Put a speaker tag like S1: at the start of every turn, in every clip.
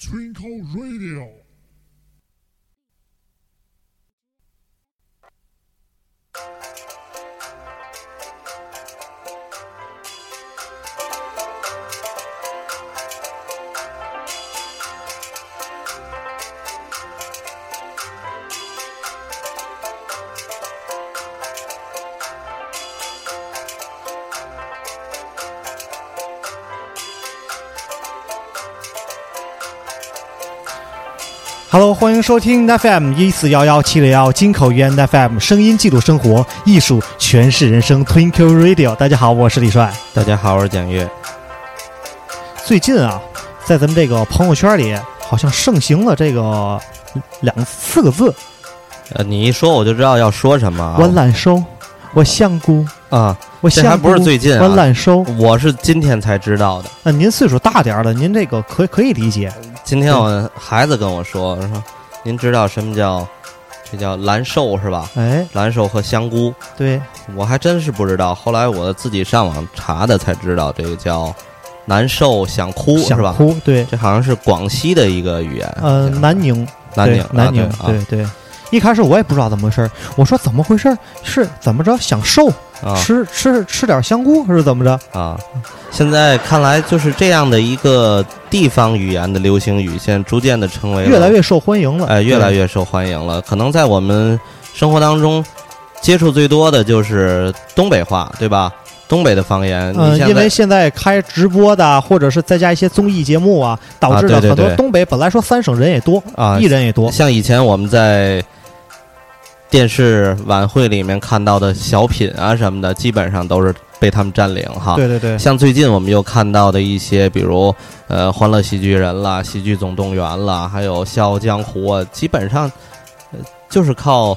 S1: Twinkle Radio.
S2: 哈喽，欢迎收听 FM 一四幺幺七零幺金口语言 FM，声音记录生活，艺术诠释人生。Twinkle Radio，大家好，我是李帅。
S3: 大家好，我是蒋越。
S2: 最近啊，在咱们这个朋友圈里，好像盛行了这个两四个字：
S3: 呃，你一说我就知道要说什么啊
S2: 我懒收，我香菇，
S3: 啊！
S2: 我
S3: 这还
S2: 香菇，
S3: 不是最近
S2: 我
S3: 啊，
S2: 懒收。
S3: 我是今天才知道的。
S2: 那您岁数大点儿了，您这个可可以理解。
S3: 今天我孩子跟我说，说您知道什么叫这叫蓝瘦是吧？
S2: 哎，
S3: 蓝瘦和香菇，
S2: 对，
S3: 我还真是不知道。后来我自己上网查的才知道，这个叫难受想哭是
S2: 想
S3: 吧？
S2: 哭，对，
S3: 这好像是广西的一个语言。
S2: 呃，南宁，
S3: 南宁
S2: 对南宁，
S3: 啊
S2: 对对。一开始我也不知道怎么回事儿，我说怎么回事儿？是怎么着想瘦，
S3: 啊
S2: 吃吃吃点香菇是怎么着？
S3: 啊！现在看来就是这样的一个地方语言的流行语，现在逐渐的成为了
S2: 越来越受欢迎了，
S3: 哎，越来越受欢迎了。可能在我们生活当中接触最多的就是东北话，对吧？东北的方言，
S2: 嗯，
S3: 你现
S2: 因为
S3: 在
S2: 现在开直播的，或者是再加一些综艺节目啊，导致了
S3: 啊对对
S2: 很多
S3: 对
S2: 东北本来说三省人也多，
S3: 啊
S2: 艺，人也多，
S3: 像以前我们在电视晚会里面看到的小品啊什么的，基本上都是被他们占领哈。
S2: 对对对，
S3: 像最近我们又看到的一些，比如呃《欢乐喜剧人》啦，《喜剧总动员》啦，还有《笑傲江湖》啊，基本上、呃、就是靠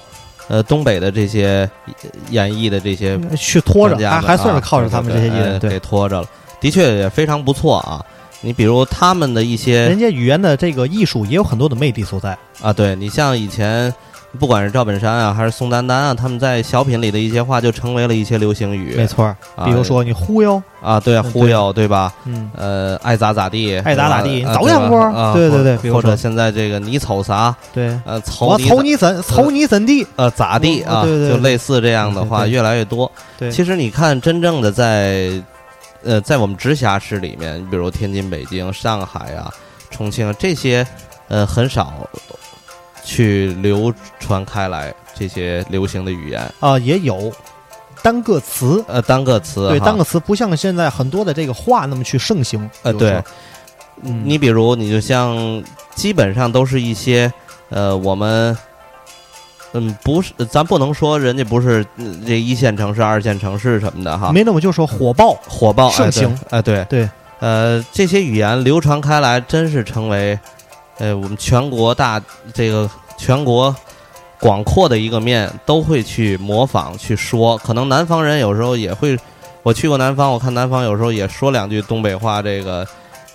S3: 呃东北的这些呃演绎的这些
S2: 去嗯拖着，
S3: 专家
S2: 还
S3: 们
S2: 还算
S3: 啊
S2: 是靠着他们这些艺人，
S3: 哎
S2: 对
S3: 给，拖着了，的确也非常不错啊。你比如他们的一些
S2: 人家语言的这个艺术也有很多的魅力所在，
S3: 啊，对你像以前。不管是赵本山啊，还是宋丹丹啊，他们在小品里的一些话就成为了一些流行语。
S2: 没错儿，
S3: 啊，
S2: 比如说你忽悠，
S3: 啊，对啊，
S2: 对
S3: 忽悠对吧？
S2: 嗯，
S3: 呃，爱咋咋地，
S2: 爱咋咋地
S3: 对吧啊
S2: 早点过
S3: 对吧啊
S2: 对对对
S3: 或
S2: 比如
S3: 或
S2: 说
S3: 者现在这个你瞅啥，
S2: 对，
S3: 呃，瞅
S2: 我
S3: 你
S2: 瞅你怎瞅你怎地，
S3: 呃咋地
S2: 我
S3: 啊，
S2: 对对对
S3: 就类似这样的话
S2: 对对
S3: 越来越多。
S2: 对
S3: 其实你看，真正的在呃，在我们直辖市里面，你比如天津、北京、上海啊、重庆啊这些，呃，很少去流传开来这些流行的语言。
S2: 啊也有单个词，
S3: 呃，单个词
S2: 对，
S3: 哈
S2: 单个词不像现在很多的这个话那么去盛行，
S3: 呃，
S2: 比如说
S3: 对，，
S2: 嗯
S3: 你比如你就像基本上都是一些呃，我们嗯不是，咱不能说人家不是嗯这一线城市、二线城市什么的哈，
S2: 没那么就说火爆，
S3: 火爆
S2: 盛行，
S3: 哎对哎
S2: 对
S3: 对呃这些语言流传开来，真是成为呃我们全国大这个全国。广阔的一个面都会去模仿去说，可能南方人有时候也会，我去过南方，我看南方有时候也说两句东北话这个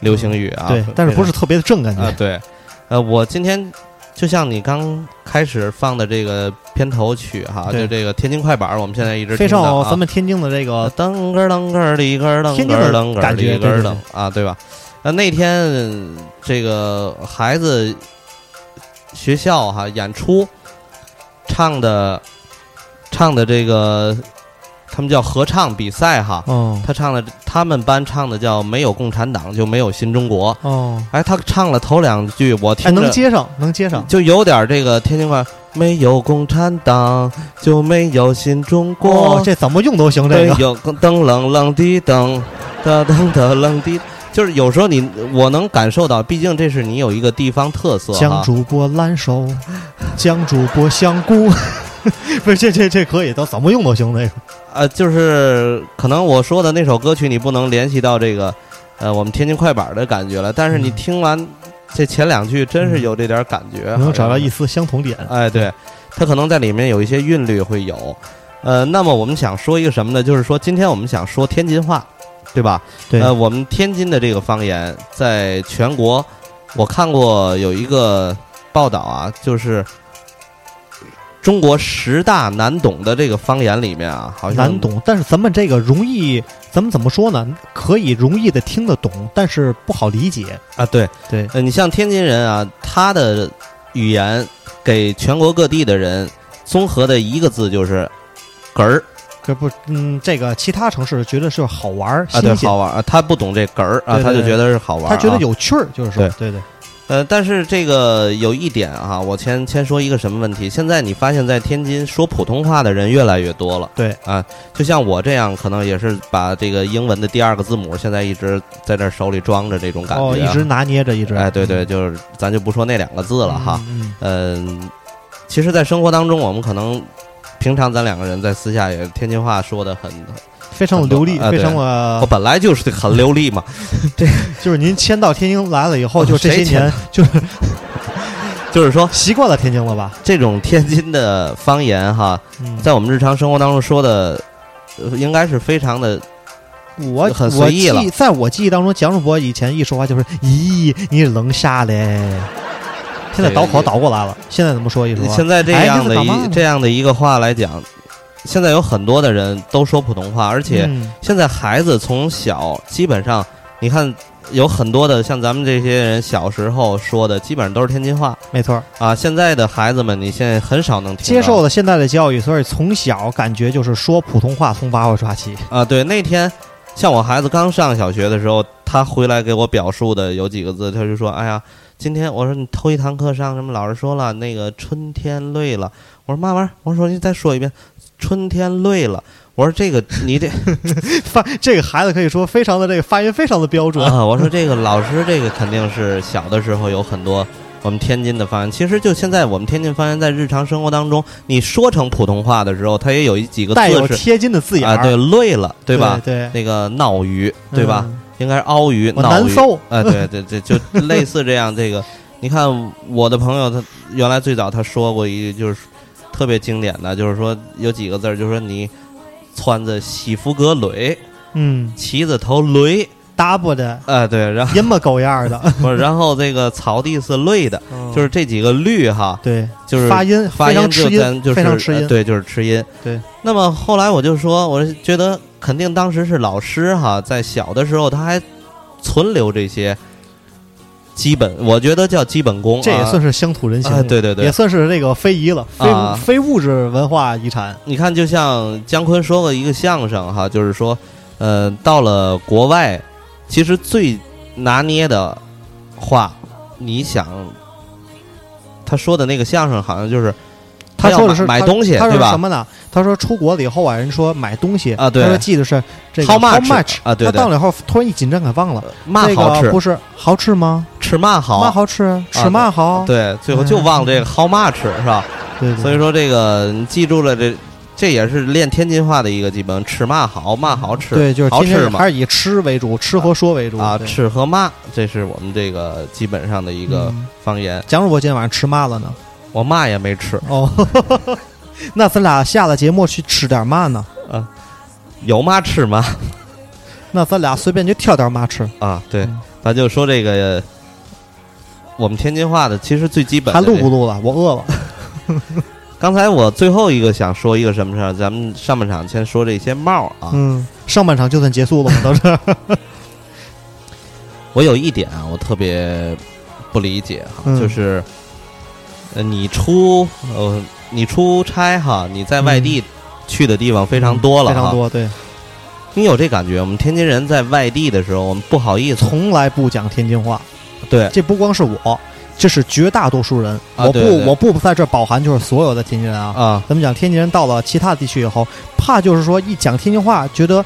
S3: 流行语啊，
S2: 对，但是不
S3: 非常
S2: 是特别的正感
S3: 啊，
S2: 觉，
S3: 对，呃，我今天就像你刚开始放的这个片头曲哈，
S2: 对
S3: 就这个天津快板儿，我们现在一直
S2: 非
S3: 听
S2: 常
S3: 到
S2: 有
S3: 啊
S2: 咱们天津的这个
S3: 呃噔咯噔咯儿里咯儿
S2: 天
S3: 噔咯
S2: 津的
S3: 儿噔咯儿
S2: 感觉
S3: 里咯
S2: 对
S3: 儿
S2: 对
S3: 噔啊，对吧？呃，那天这个孩子学校哈演出唱的唱的这个，他们叫合唱比赛哈。
S2: 哦
S3: 他唱的，他们班唱的叫“没有共产党就没有新中国”，
S2: 哦，
S3: 哎，他唱了头两句，我
S2: 哎，
S3: 听着、
S2: 能接上，能接上，
S3: 就有点这个天津话，没有共产党就没有新中国。
S2: 哦，这怎么用都行，这
S3: 嗯对
S2: 个，
S3: 有更噔楞楞滴噔，噔噔噔楞滴，就是有时候你我能感受到，毕竟这是你有一个地方特色
S2: 江
S3: 哈。
S2: 主播烂手， 江主播香菇， 不是这这这可以，都怎么用都行，这个
S3: 呃，就是可能我说的那首歌曲，你不能联系到这个，呃，我们天津快板的感觉了。但是你
S2: 嗯
S3: 听完这前两句，真是有这点感觉，
S2: 能找到
S3: 好像
S2: 一丝相同点。
S3: 哎，对，它可能在里面有一些韵律会有。呃，那么我们想说一个什么呢？就是说，今天我们想说天津话，对吧？
S2: 对，
S3: 呃，我们天津的这个方言，在全国，我看过有一个报道啊，就是中国十大难懂的这个方言里面啊，好像
S2: 难懂，但是咱们这个容易，咱们怎么说呢？可以容易的听得懂，但是不好理解。
S3: 啊，对，
S2: 对，
S3: 呃，你像天津人啊，他的语言给全国各地的人综合的一个字就是“哏儿”。
S2: 可不，嗯，这个其他城市觉得是好玩儿、新
S3: 啊，对，
S2: 鲜，
S3: 好玩儿啊，他不懂这哏儿啊，
S2: 对对
S3: 他就
S2: 对
S3: 觉得是好玩
S2: 他
S3: 儿、
S2: 觉得。有趣儿，就是说，对对，
S3: 呃，但是这个有一点啊，我先先说一个什么问题？现在你发现，在天津说普通话的人越来越多了。
S2: 对
S3: 啊，就像我这样，可能也是把这个英文的第二个字母现在一直在这手里装着这种感觉啊、
S2: 哦，一直拿捏着，一直，
S3: 哎，对对，就是咱就不说那两个字
S2: 嗯，
S3: 了哈。
S2: 嗯，
S3: 嗯、其实，在生活当中，我们可能平常咱两个人在私下也天津话说的很，
S2: 嗯非常的流利，
S3: 啊
S2: 非
S3: 对
S2: 常
S3: 我
S2: 的，
S3: 本来就是很流利嘛。
S2: 就是您迁到天津来了以后，
S3: 哦
S2: 就这些
S3: 谁迁
S2: 年就是
S3: 就是说，
S2: 习惯了天津了吧？
S3: 这种天津的方言哈，
S2: 嗯，
S3: 在我们日常生活当中说的，呃应该是非常的
S2: 我
S3: 很
S2: 我
S3: 随意了
S2: 记在我记忆当中，蒋主播以前一说话就是“咦，你是冷下嘞”，现在
S3: 这个
S2: 倒口
S3: 也
S2: 倒过来了，现在怎么说一说？
S3: 现在这
S2: 哎
S3: 样
S2: 这是
S3: 的
S2: 干
S3: 一、
S2: 嘛呢
S3: 这样的一个话来讲，现在有很多的人都说普通话，而且
S2: 嗯
S3: 现在孩子从小基本上，你看有很多的像咱们这些人小时候说的，基本上都是天津话
S2: 没错，
S3: 啊。现在的孩子们，你现在很少能听
S2: 接
S3: 到
S2: 受了现在的教育，所以从小感觉就是说普通话从娃娃抓起。
S3: 啊，对，那天像我孩子刚上小学的时候，他回来给我表述的有几个字，他就说：“哎呀，今天我说你头一堂课上什么？老师说了那个春天累了。”我说：“妈玩意儿，我说你再说一遍，春天累了。”我说：“这个你这
S2: 发这个孩子可以说非常的这个发音非常的标准。
S3: 啊，我说这个老师这个肯定是小的时候有很多。”我们天津的方言，其实就现在我们天津方言在日常生活当中，你说成普通话的时候，它也有一几个
S2: 带有
S3: 字是
S2: 贴金的字眼
S3: 啊，
S2: 儿，
S3: 对，累了，对吧？
S2: 对，
S3: 那个闹鱼，对吧？
S2: 嗯？
S3: 应该是鳌鱼、
S2: 我
S3: 鲟
S2: 难
S3: 鱼，
S2: 搜，
S3: 哎，对对对，就类似这样。这个， 你看我的朋友，他原来最早他说过一句，就是特别经典的，就是说有几个字儿，就是说你穿着西服革履，
S2: 嗯，
S3: 骑着头驴，
S2: 搭不的，
S3: 哎，对，然后
S2: 阴么狗样儿的，
S3: 不是，然后这个草地是绿的，嗯就是这几个绿哈，
S2: 对，
S3: 就是
S2: 发音
S3: 发
S2: 非常
S3: 音
S2: 吃
S3: 就
S2: 音
S3: 咱，就是
S2: 非常吃
S3: 呃
S2: 音。
S3: 对，就是吃音。
S2: 对。
S3: 那么后来我就说，我觉得肯定当时是老师哈，在小的时候他还存留这些基本，我觉得叫基本功啊，
S2: 这也算是乡土人情
S3: 啊，，对对
S2: 也
S3: 对。
S2: 算是这个非遗了，非物
S3: 啊
S2: 非物质文化遗产。
S3: 你看，就像姜昆说过一个相声哈，就是说，呃，到了国外，其实最拿捏的话，你想。他说的那个相声好像就是
S2: 他
S3: 要
S2: 说
S3: 买
S2: 的是
S3: 买
S2: 他
S3: 东西
S2: 他说
S3: 对吧
S2: 什么呢？他说出国了以后啊，人说买东西
S3: 啊对
S2: 他说记得是这个
S3: How much？
S2: much
S3: 啊对
S2: 他
S3: 对
S2: 到了以后突然一紧张给忘了，
S3: 嘛
S2: 这
S3: 好
S2: 个
S3: 吃
S2: 不，是好吃吗？
S3: 吃嘛好，
S2: 嘛好吃，吃
S3: 对
S2: 嘛好。
S3: 对，最后就忘
S2: 嗯
S3: 这个 how much 是吧？
S2: 对对，
S3: 所以说这个你记住了这，这也是练天津话的一个基本，吃嘛好，嘛好吃，
S2: 对就是
S3: 好
S2: 天
S3: 吃
S2: 天
S3: 嘛
S2: 还是以吃为主，吃和说为主
S3: 啊，
S2: 对
S3: 吃和嘛，这是我们这个基本上的一个
S2: 嗯
S3: 方言。
S2: 蒋主播今天晚上吃嘛了呢？
S3: 我嘛也没吃，
S2: 哦， 那咱俩下了节目去吃点嘛呢？
S3: 有嘛吃嘛
S2: 那咱俩随便就挑点嘛吃，
S3: 啊，对
S2: 嗯，
S3: 咱就说这个。我们天津话的其实最基本
S2: 还
S3: 的这
S2: 录不录了？我饿了。
S3: 刚才我最后一个想说一个什么事儿，咱们上半场先说这些帽儿啊。
S2: 嗯，上半场就算结束了吗？到 这儿，
S3: 我有一点啊，我特别不理解哈，
S2: 嗯
S3: 就是呃，你出呃，你出差哈，你在外地去的地方非常多了
S2: 嗯非
S3: 哈，
S2: 常多。对，
S3: 你有这感觉？我们天津人在外地的时候，我们不好意思，
S2: 从来不讲天津话。
S3: 对
S2: 这不光是我，这是绝大多数人。我
S3: 啊
S2: 不
S3: 对对对
S2: 我不在这儿饱含就是所有的天津人啊。
S3: 啊，
S2: 咱们讲天津人到了其他地区以后，怕就是说一讲天津话，觉得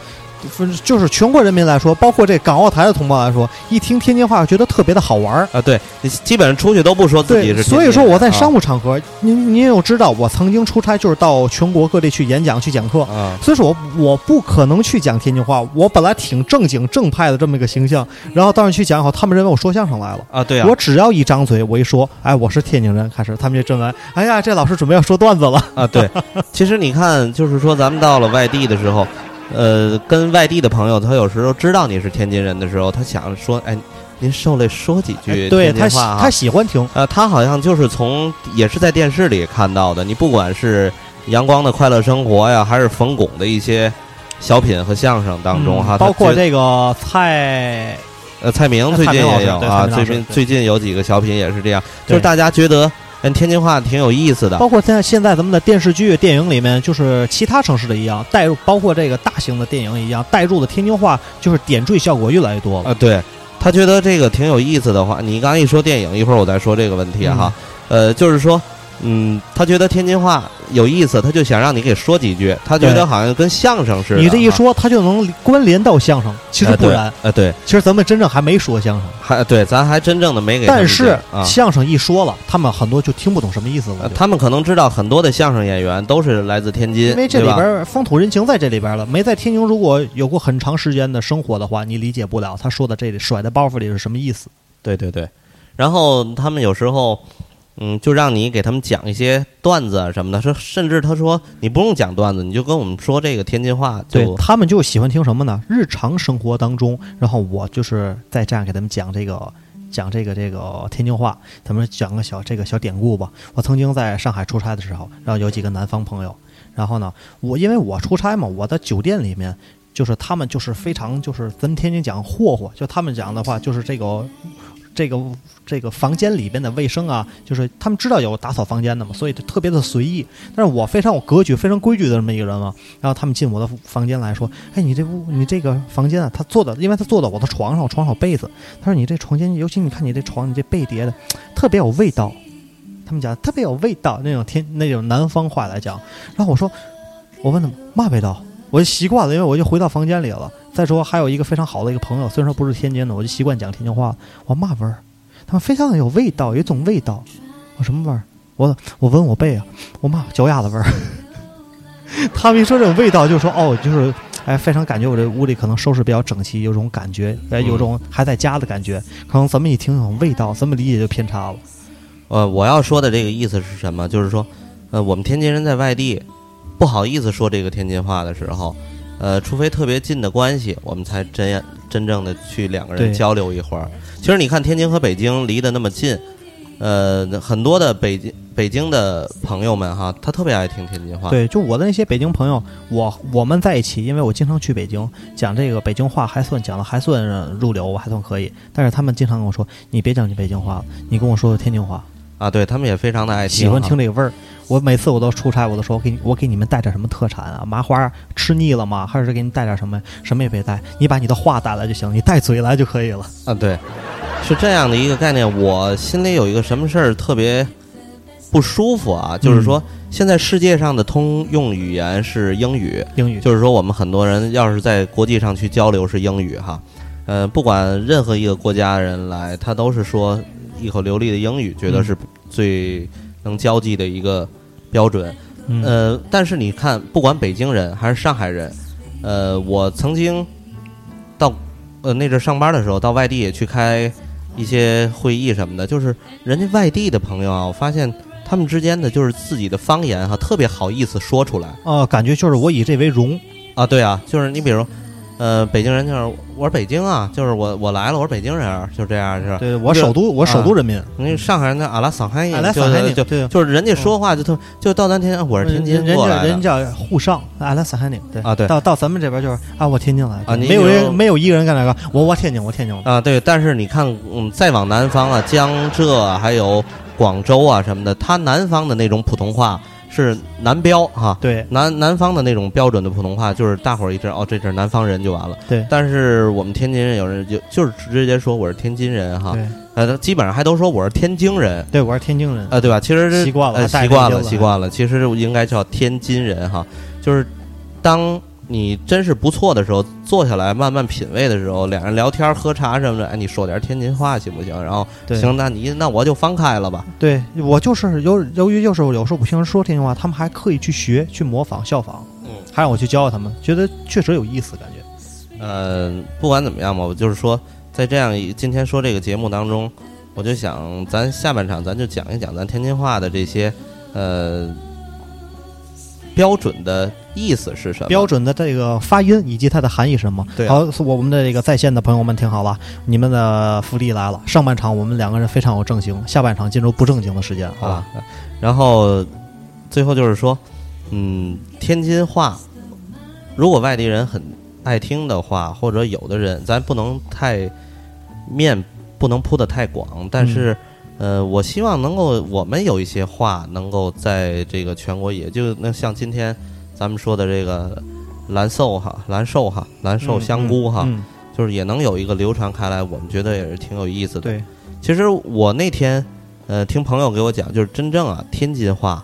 S2: 就是全国人民来说，包括这港澳台的同胞来说，一听天津话觉得特别的好玩儿。
S3: 啊，对你基本上出去都不说自己
S2: 对，
S3: 是天津人，啊
S2: 所以说我在商
S3: 务
S2: 务场合，您您又知道，我曾经出差就是到全国各地去演讲去讲课，
S3: 啊
S2: 所以说我我不可能去讲天津话，我本来挺正经正派的这么一个形象，然后到那去讲以后，他们认为我说相声来了。
S3: 啊，对啊
S2: 我只要一张嘴，我一说，哎，我是天津人，开始他们就认为，哎呀，这老师准备要说段子了。
S3: 啊，对，其实你看，就是说咱们到了外地的时候，呃，跟外地的朋友，他有时候知道你是天津人的时候，他想说，哎，您受累说几句
S2: 哎对
S3: 天津
S2: 他喜
S3: 话啊
S2: 他。喜欢听，
S3: 呃，他好像就是从也是在电视里看到的，你不管是《阳光的快乐生活》呀，还是冯巩的一些小品和相声当中哈，
S2: 嗯
S3: 他
S2: 包括
S3: 觉得
S2: 这个蔡
S3: 呃蔡明
S2: 蔡
S3: 最近
S2: 明老师
S3: 也有
S2: 对
S3: 啊，
S2: 蔡明老
S3: 最
S2: 师
S3: 近
S2: 对
S3: 最近有几个小品也是这样，就是
S2: 对
S3: 大家觉得嗯天津话挺有意思的，
S2: 包括现在现在咱们的电视剧、电影里面，就是其他城市的一样，带入包括这个大型的电影一样，带入的天津话就是点缀效果越来越多了。
S3: 啊，对他觉得这个挺有意思的话，你刚一说电影，一会儿我再说这个问题哈。呃，就是说，嗯，他觉得天津话有意思，他就想让你给说几句，他觉
S2: 对
S3: 得好像跟相声似的。
S2: 你这一
S3: 哈，
S2: 说，它就能关联到相声。其实
S3: 呃
S2: 不然，
S3: 对呃，对，
S2: 其实咱们真正还没说相声，
S3: 还对，咱还真正的没给他们
S2: 但
S3: 讲。
S2: 是
S3: 啊。
S2: 相声一说了，他们很多就听不懂什么意思了。
S3: 呃
S2: 就
S3: 他们可能知道很多的相声演员都是来自天津，
S2: 因为这里
S3: 对吧
S2: 边儿风土人情在这里边儿了，没在天津如果有过很长时间的生活的话，你理解不了他说的这里甩在包袱里是什么意思。
S3: 对对对，然后他们有时候，嗯，就让你给他们讲一些段子啊什么的，说甚至他说你不用讲段子，你就跟我们说这个天津话就
S2: 对他们就喜欢听什么呢？日常生活当中，然后我就是在这样给他们讲这个。讲这个这个天津话，咱们讲个小这个小典故吧。我曾经在上海出差的时候，然后有几个南方朋友，然后呢，我因为我出差嘛，我在酒店里面，就是他们就是非常就是咱们天津讲霍霍，就他们讲的话就是这个这个这个房间里边的卫生啊，就是他们知道有打扫房间的嘛，所以就特别的随意。但是我非常有格局、非常规矩的这么一个人嘛，然后他们进我的房间来说：“哎，你这屋，你这个房间啊，他坐的，因为他坐在我的床上，我床上有被子。他说你这床间，尤其你看你这床，你这被叠的，特别有味道。他们讲特别有味道，那种天那种南方话来讲。然后我说，我问他们嘛味道，我就习惯了，因为我就回到房间里了。再说还有一个非常好的一个朋友，虽然说不是天津的，我就习惯讲天津话。我嘛味儿，他们非常的有味道，有一种味道。我什么味儿？我我闻我背啊，我嘛脚丫子味儿。他们一说这种味道，就说哦，就是哎，非常感觉我这屋里可能收拾比较整齐，有种感觉，哎，有种还在家的感觉。可能咱们一听这种味道，咱们理解就偏差了。
S3: 呃，我要说的这个意思是什么？就是说，呃，我们天津人在外地不好意思说这个天津话的时候，呃，除非特别近的关系，我们才真真正的去两个人
S2: 对
S3: 交流一会儿。其实你看，天津和北京离得那么近，呃，很多的北京北京的朋友们哈，他特别爱听天津话。
S2: 对，就我的那些北京朋友，我我们在一起，因为我经常去北京，讲这个北京话还算讲的还算入流，还算可以。但是他们经常跟我说，你别讲你北京话了，你跟我说天津话，
S3: 啊，对他们也非常的爱听，
S2: 喜欢听。这个味儿。我每次我都出差，我都说我给你我给你们带点什么特产啊？麻花吃腻了吗？还是给你带点什么？什么也别带，你把你的话带来就行，你带嘴来就可以了。
S3: 啊，对，是这样的一个概念。我心里有一个什么事儿特别不舒服啊，就是说、现在世界上的通用语言是英语，
S2: 英语
S3: 就是说我们很多人要是在国际上去交流是英语哈，呃，不管任何一个国家人来，他都是说一口流利的英语，觉得
S2: 嗯
S3: 是最能交际的一个标准。
S2: 嗯
S3: 呃，但是你看，不管北京人还是上海人，呃，我曾经到呃那阵儿上班的时候，到外地也去开一些会议什么的，就是人家外地的朋友啊，我发现他们之间的就是自己的方言哈、特别好意思说出来
S2: 哦，感觉就是我以这为荣，
S3: 啊。对啊，就是你比如，呃，北京人就是我是北京啊，就是我我来了，我是北京人儿，就这样是吧。
S2: 对我首都，我首都人民，
S3: 那上海人的阿拉桑海
S2: 哎来上海你
S3: 啊就
S2: 对，
S3: 就是人家说话就特就到咱天津，我是天津
S2: 人
S3: 过
S2: 家
S3: 来的
S2: 人家沪上，阿拉斯海宁，对
S3: 啊对
S2: 到到咱们这边就是啊，我天津来的
S3: 啊你
S2: 没有
S3: 有
S2: 人没有一个人敢来个我我天津我天津的，
S3: 啊，对，但是你看，嗯，再往南方啊，江浙啊还有广州啊什么的，它南方的那种普通话是南标哈、
S2: 对
S3: 南南方的那种标准的普通话，就是大伙儿一知道哦，这是南方人就完了。
S2: 对
S3: 但是我们天津人有人就就是直接说我是天津人哈，
S2: 对，
S3: 嗯、呃，基本上还都说我是天津人，
S2: 对，我是天津人，
S3: 呃，对吧？其实这
S2: 习惯了
S3: 呃
S2: 还带
S3: 习惯
S2: 着
S3: 了，
S2: 一些
S3: 习惯了。其实应该叫天津人哈，就是当你真是不错的时候，坐下来慢慢品味的时候，两人聊天喝茶什么的，哎，你说点天津话行不行？然后
S2: 对
S3: 行，那你那我就放开了吧。
S2: 对我就是由由于就是有时候我平时说天津话，他们还刻意去学、去模仿、效仿，
S3: 嗯，
S2: 还让我去教他们，觉得确实有意思，感觉。
S3: 呃，不管怎么样吧，我就是说，在这样一今天说这个节目当中，我就想咱下半场咱就讲一讲咱天津话的这些呃标准的意思是什么。
S2: 标准的这个发音以及它的含义是什么？
S3: 对啊
S2: 好，我我们的这个在线的朋友们听好了，你们的福利来了。上半场我们两个人非常有正经，下半场进入不正经的时间，好吧
S3: 啊？。然后最后就是说，嗯，天津话，如果外地人很爱听的话，或者有的人，咱不能太面不能铺的太广，但
S2: 嗯
S3: 是。呃，我希望能够我们有一些话能够在这个全国，也就那像今天咱们说的这个蓝瘦哈、蓝瘦哈、蓝瘦香菇哈，
S2: 嗯，嗯
S3: 就是也能有一个流传开来，我们觉得也是挺有意思的。
S2: 对，
S3: 其实我那天，呃，听朋友给我讲，就是真正啊，天津话，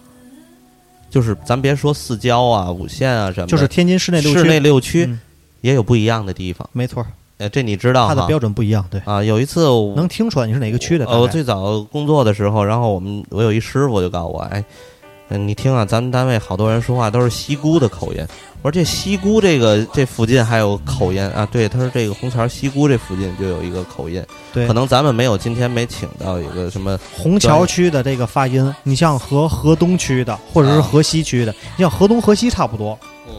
S3: 就是咱别说四郊啊、五县啊什么的，
S2: 就是天津市内六区，
S3: 市内六区、
S2: 嗯
S3: 也有不一样的地方。
S2: 没错，
S3: 呃，这你知道
S2: 它的
S3: 哈？
S2: 标准不一样，对，
S3: 啊，有一次我
S2: 能听出来你是哪个区的。
S3: 呃，我
S2: 大概
S3: 最早工作的时候，然后我们我有一师傅就告诉我，哎，嗯，你听啊，咱们单位好多人说话都是西沽的口音。我说这西沽这个这附近还有口音啊？对，他说这个红桥西沽这附近就有一个口音，
S2: 对
S3: 可能咱们没有今天没请到一个什么。
S2: 虹桥区的这个发音，你像和河东区的，或者是河西区的，你像河东河西差不多，
S3: 啊嗯，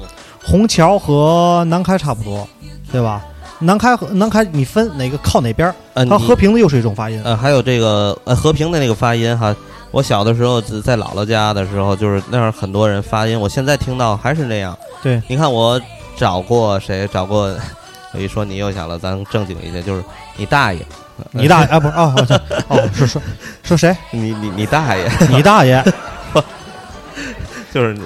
S2: 虹桥和南开差不多，对吧？南开和南开你分哪个靠哪边儿？
S3: 呃，
S2: 它
S3: 你
S2: 和平的又是一种发音，
S3: 呃，还有这个呃和平的那个发音哈，我小的时候只在姥姥家的时候，就是那儿很多人发音，我现在听到还是那样。
S2: 对，
S3: 你看我找过谁？找过， 我一说你又想了，咱正经一些，就是你嗯大爷，
S2: 你大爷啊，不是哦，哦哦，是说说谁？
S3: 你你你大爷，
S2: 你大爷！
S3: 就是你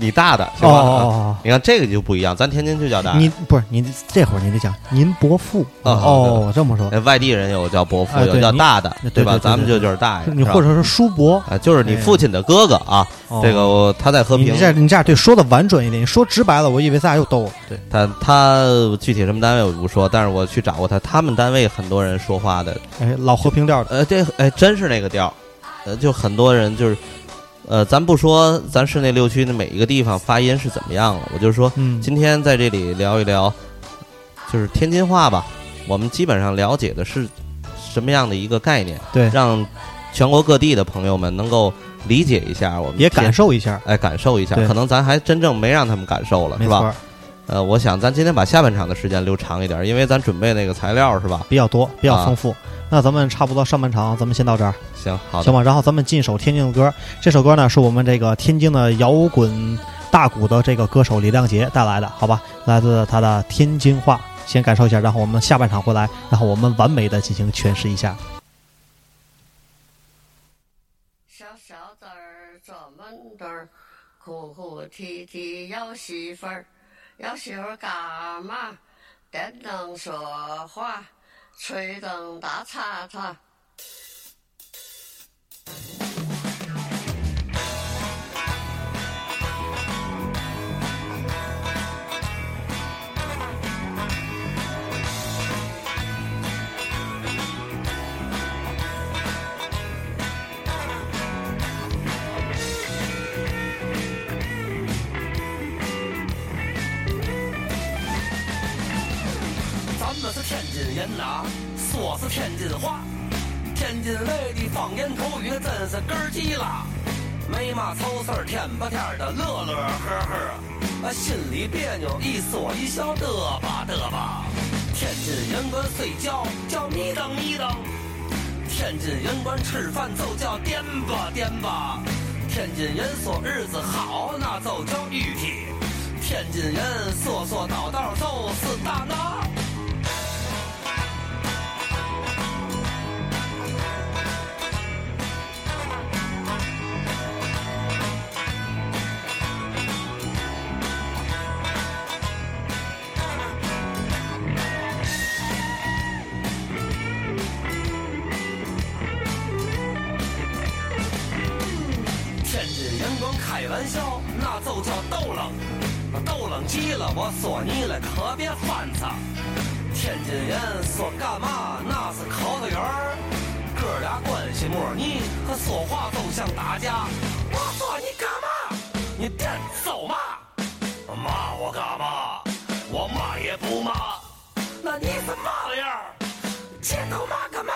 S3: 你大的，
S2: 哦
S3: 行吧？啊
S2: 哦
S3: 你看这个就不一样，咱天津就叫
S2: 哦
S3: 大
S2: 哦，
S3: 爷
S2: 你，不是你这会儿你得讲您伯父
S3: 哦
S2: 哦，这么说，
S3: 哎外地人有叫伯父，
S2: 哎
S3: 有
S2: 对
S3: 叫
S2: 你
S3: 大的，
S2: 对
S3: 吧？
S2: 对对
S3: 咱们
S2: 对
S3: 就就是大爷，
S2: 你
S3: 是吧
S2: 或者说叔伯，
S3: 啊，就是你
S2: 哎
S3: 父亲的哥哥啊，
S2: 哦
S3: 这个我他在和
S2: 你
S3: 平，
S2: 这样你这样对说的婉转一点，你说直白了，我以为咱俩又斗了。对，
S3: 他他具体什么单位我不说，但是我去找过他，他们单位很多人说话的，
S2: 哎，老和平调的，
S3: 呃，这哎真是那个调儿，呃，就很多人就是，呃，咱不说咱市内六区的每一个地方发音是怎么样了，我就说
S2: 嗯，
S3: 今天在这里聊一聊，就是天津话吧，我们基本上了解的是什么样的一个概念，
S2: 对，
S3: 让全国各地的朋友们能够理解一下，我们
S2: 也
S3: 天
S2: 感受一下，
S3: 哎感受一下，
S2: 对
S3: 可能咱还真正没让他们感受了，
S2: 没
S3: 是
S2: 错
S3: 吧？
S2: 儿，
S3: 呃，我想咱今天把下半场的时间留长一点，因为咱准备那个材料是吧？
S2: 比较多，比较
S3: 啊
S2: 丰富。那咱们差不多上半场，咱们先到这儿，
S3: 行，好
S2: 行
S3: 的，
S2: 吧？然后咱们进一首天津的歌，这首歌呢是我们这个天津的摇滚大鼓的这个歌手李亮杰带来的，好吧？来自他的《天津话》，先感受一下，然后我们下半场回来，然后我们完美的进行诠释一下。
S4: 小小子儿做闷墩儿，哭哭啼啼要媳妇儿，要媳妇儿干嘛？电灯说话，吹灯打叉叉。
S5: 咱们是天津人呐，说是天津话，天津卫的方言口语真是根儿急啦。没嘛愁事儿，天吧天儿的乐乐呵呵，啊，心里别扭一说一笑得吧得吧。天津人管睡觉叫迷瞪迷瞪，天津人管吃饭就叫颠吧颠吧，天津人说日子好那就叫玉体，天津人说说道道就是大闹。光开玩笑，那就叫逗冷。那逗冷极了，我说你了，可别翻他。天津人说干嘛那是口头语儿，哥俩关系模拟，可说话都像打架。我说你干嘛？你点走嘛？骂我干嘛？我骂也不骂。那你是嘛玩意儿？街头骂干嘛？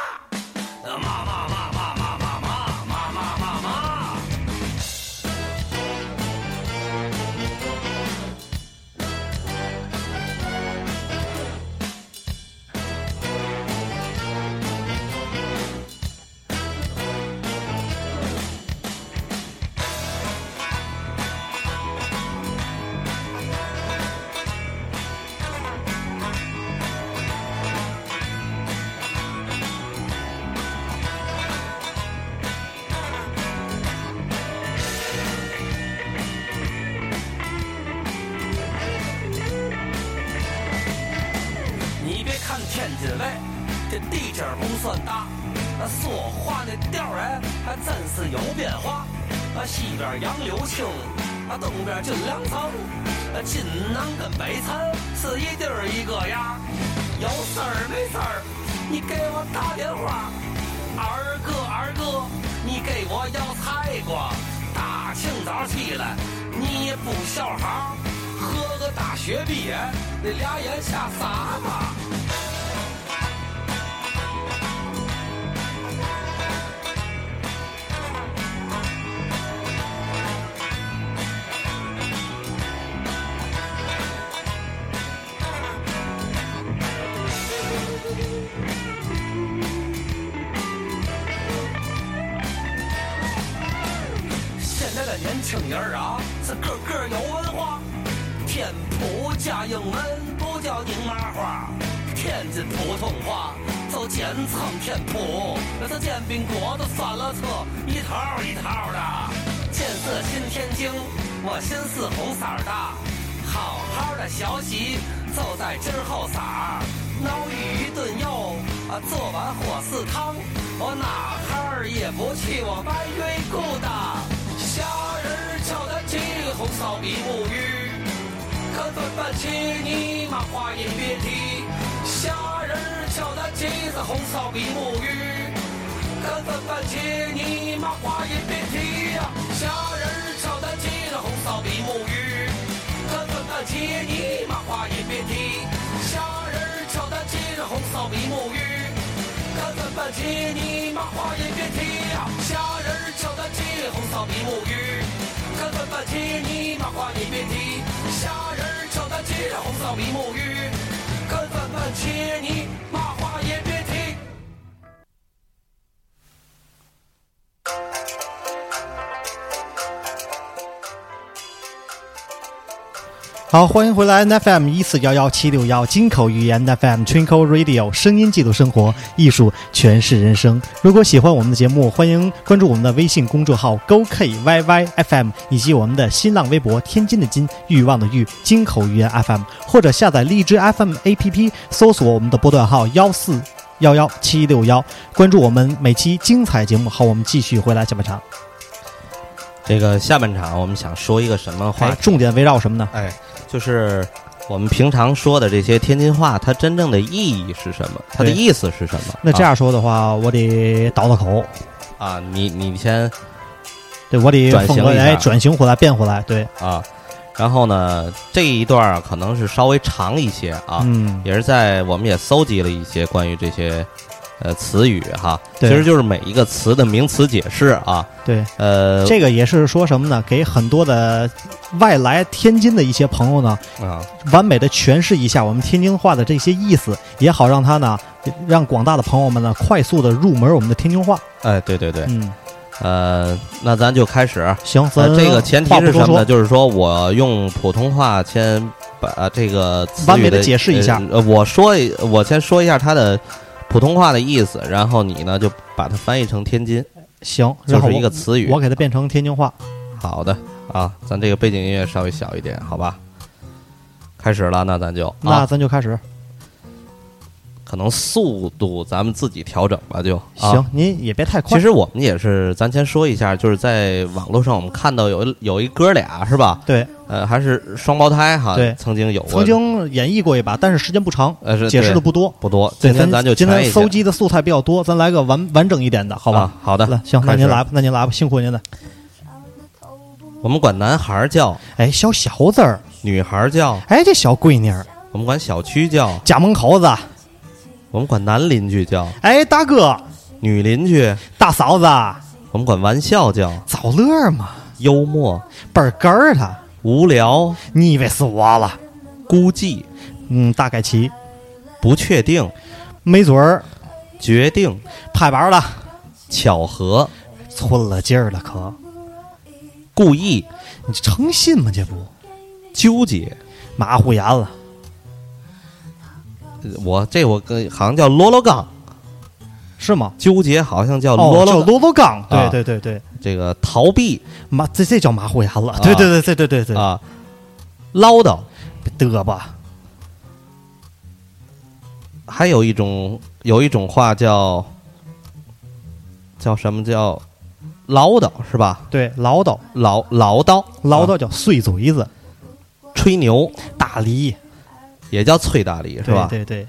S5: 骂骂骂骂骂骂骂骂骂骂骂。你别看天津卫这地界儿不算大，那说话那调儿哎，还真是有变化。啊，西边杨柳青，啊，东边金粮仓，啊，晋南跟北残是一地儿一个样儿。有事儿没事儿，你给我打电话。二哥，二哥，你给我要菜瓜。大清早起来，你也不笑好，喝个大雪碧，那俩眼瞎撒嘛。现在的年轻人儿啊，是个个有文化，天普加英文不叫拧麻花，天津普通话就简称天普，那是煎饼果子、酸了车，一套儿一套儿的。建设新天津，我心思红色儿大，好好的学习就在今儿后色儿，熬一顿肉啊，做碗火四汤，我哪哈儿也不去，我白云顾的。虾仁叫得起，红烧比目鱼，可对不起你妈话也别提。虾仁叫得起是红烧比目鱼，可对不起你妈话也别提呀。虾仁叫得起是红烧比目鱼，可对不起你妈话也别提。虾仁叫得起是红烧比目鱼。可怎么提你妈话也别提呀、虾仁儿叫它鸡，红烧比目鱼。可怎么提你妈话也别提，虾仁儿叫它鸡，红烧比目鱼。可怎么提你妈话也别提。
S2: 好，欢迎回来 FM 一四幺幺七六幺金口语言 FM Twinkle Radio 声音记录生活，艺术诠释人生。如果喜欢我们的节目，欢迎关注我们的微信公众号 GoKYYFM 以及我们的新浪微博天津的津欲望的欲金口语言 FM，或者下载荔枝 FM APP 搜索我们的波段号幺四幺幺七六幺，关注我们每期精彩节目。好，我们继续回来下半场，
S3: 这个下半场我们想说一个什么话
S2: 哎
S3: 题，？
S2: 重点围绕什么呢？
S3: 哎，就是我们平常说的这些天津话，它真正的意义是什么？它的
S2: 对
S3: 意思是什么？
S2: 那这样说的话，我得倒倒口。
S3: 啊，啊你你先
S2: 对我得
S3: 转型
S2: 风格
S3: 一下
S2: 哎转型回来变回来，对，
S3: 啊，然后呢，这一段儿啊可能是稍微长一些啊，
S2: 嗯，
S3: 也是在我们也搜集了一些关于这些呃词语哈，其
S2: 对
S3: 实就是每一个词的名词解释啊，
S2: 对，
S3: 呃，
S2: 这个也是说什么呢？给很多的外来天津的一些朋友呢，
S3: 啊，
S2: 完美的诠释一下我们天津话的这些意思，也好让他呢，让广大的朋友们呢，快速的入门我们的天津话。
S3: 哎，对对对，
S2: 嗯，
S3: 呃，那咱就开始。
S2: 行，咱
S3: 呃，这个前提
S2: 话不
S3: 是
S2: 多
S3: 什么
S2: 说？
S3: 呢？就是说我用普通话先把呃这个词语
S2: 完美地解释一下
S3: 呃，呃我说一，我先说一下它的普通话的意思，然后你呢就把它翻译成天津，
S2: 行，
S3: 就
S2: 然后
S3: 是一个
S2: 我
S3: 词语
S2: 我。给它变成天津话。
S3: 好的啊，咱这个背景音乐稍微小一点，好吧？开始了，那咱就
S2: 那
S3: 啊，
S2: 咱就开始，
S3: 可能速度咱们自己调整吧，就啊
S2: 行，您也别太快。
S3: 其实我们也是，咱先说一下，就是在网络上我们看到有一有一哥俩是吧？
S2: 对，
S3: 呃，还是双胞胎哈，
S2: 对
S3: 曾经有过，
S2: 曾经演绎过一把，但是时间不长，
S3: 呃是
S2: 解释的
S3: 对
S2: 不多。
S3: 不多。
S2: 对
S3: 今天咱就
S2: 今
S3: 全
S2: 天搜集的素材比较多，咱来个完完整一点的，好
S3: 啊好
S2: 吧？
S3: 好的，
S2: 啊来，行，那
S3: 开
S2: 您
S3: 始
S2: 来吧，那您来吧，辛苦您了。
S3: 我们管男孩儿叫，
S2: 哎，小小子儿，
S3: 女孩儿叫，
S2: 哎，这小闺女儿，
S3: 我们管小区叫，
S2: 家门口子，
S3: 我们管男邻居叫，
S2: 哎，大哥，
S3: 女邻居，
S2: 大嫂子，
S3: 我们管玩笑叫，
S2: 找乐儿嘛，
S3: 幽默、
S2: 倍儿哏儿他，
S3: 无聊、
S2: 你以为是我了？
S3: 孤寂、
S2: 嗯，大概齐，
S3: 不确定、
S2: 没准儿
S3: 决定、
S2: 拍板儿了，
S3: 巧合、
S2: 寸了劲儿了，可
S3: 故意、
S2: 你诚信吗？这不
S3: 纠结。
S2: 马虎眼了，
S3: 我这我跟好像叫罗罗刚，
S2: 是吗？
S3: 纠结好像叫罗
S2: 哦，叫
S3: 罗刚，
S2: 罗罗刚，对
S3: 啊
S2: 对对对，
S3: 这个逃避
S2: 马这这叫马虎眼了，对对对对对对对，
S3: 啊，唠叨，
S2: 得吧，
S3: 还有一种有一种话叫叫什么叫唠叨是吧？
S2: 对，唠叨
S3: 唠唠叨
S2: 唠
S3: 啊
S2: 叨叫碎嘴子，
S3: 吹牛
S2: 大梨
S3: 也叫脆大梨是
S2: 对
S3: 吧？
S2: 对对，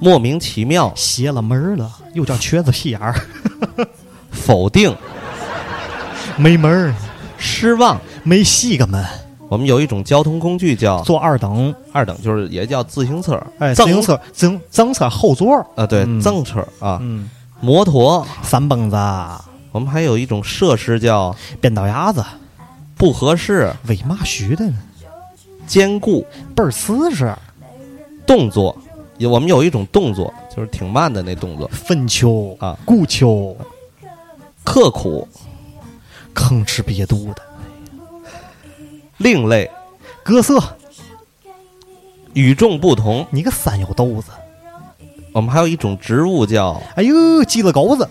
S3: 莫名其妙
S2: 邪了门儿了，又叫瘸子屁眼 儿，
S3: 否定
S2: 没门儿，
S3: 失望。
S2: 没戏个门，
S3: 我们有一种交通工具叫
S2: 坐二等，
S3: 二等，就是也叫自行车，
S2: 哎，自
S3: 赠
S2: 行车自行自行车后座儿，
S3: 啊，对
S2: 嗯，
S3: 赠车啊，
S2: 嗯，
S3: 摩托。
S2: 三蹦子，
S3: 我们还有一种设施叫
S2: 扁豆芽子，
S3: 不合适、
S2: 为嘛虚的呢？
S3: 兼顾
S2: 倍儿瓷实，
S3: 动作。有我们有一种动作，就是挺慢的那动作，
S2: 粪丘
S3: 啊，
S2: 故丘，
S3: 刻苦、
S2: 吭哧瘪肚的，
S3: 另类、
S2: 各色，
S3: 与众不同。
S2: 你个三油豆子，
S3: 我们还有一种植物叫，
S2: 哎呦，鸡了狗子，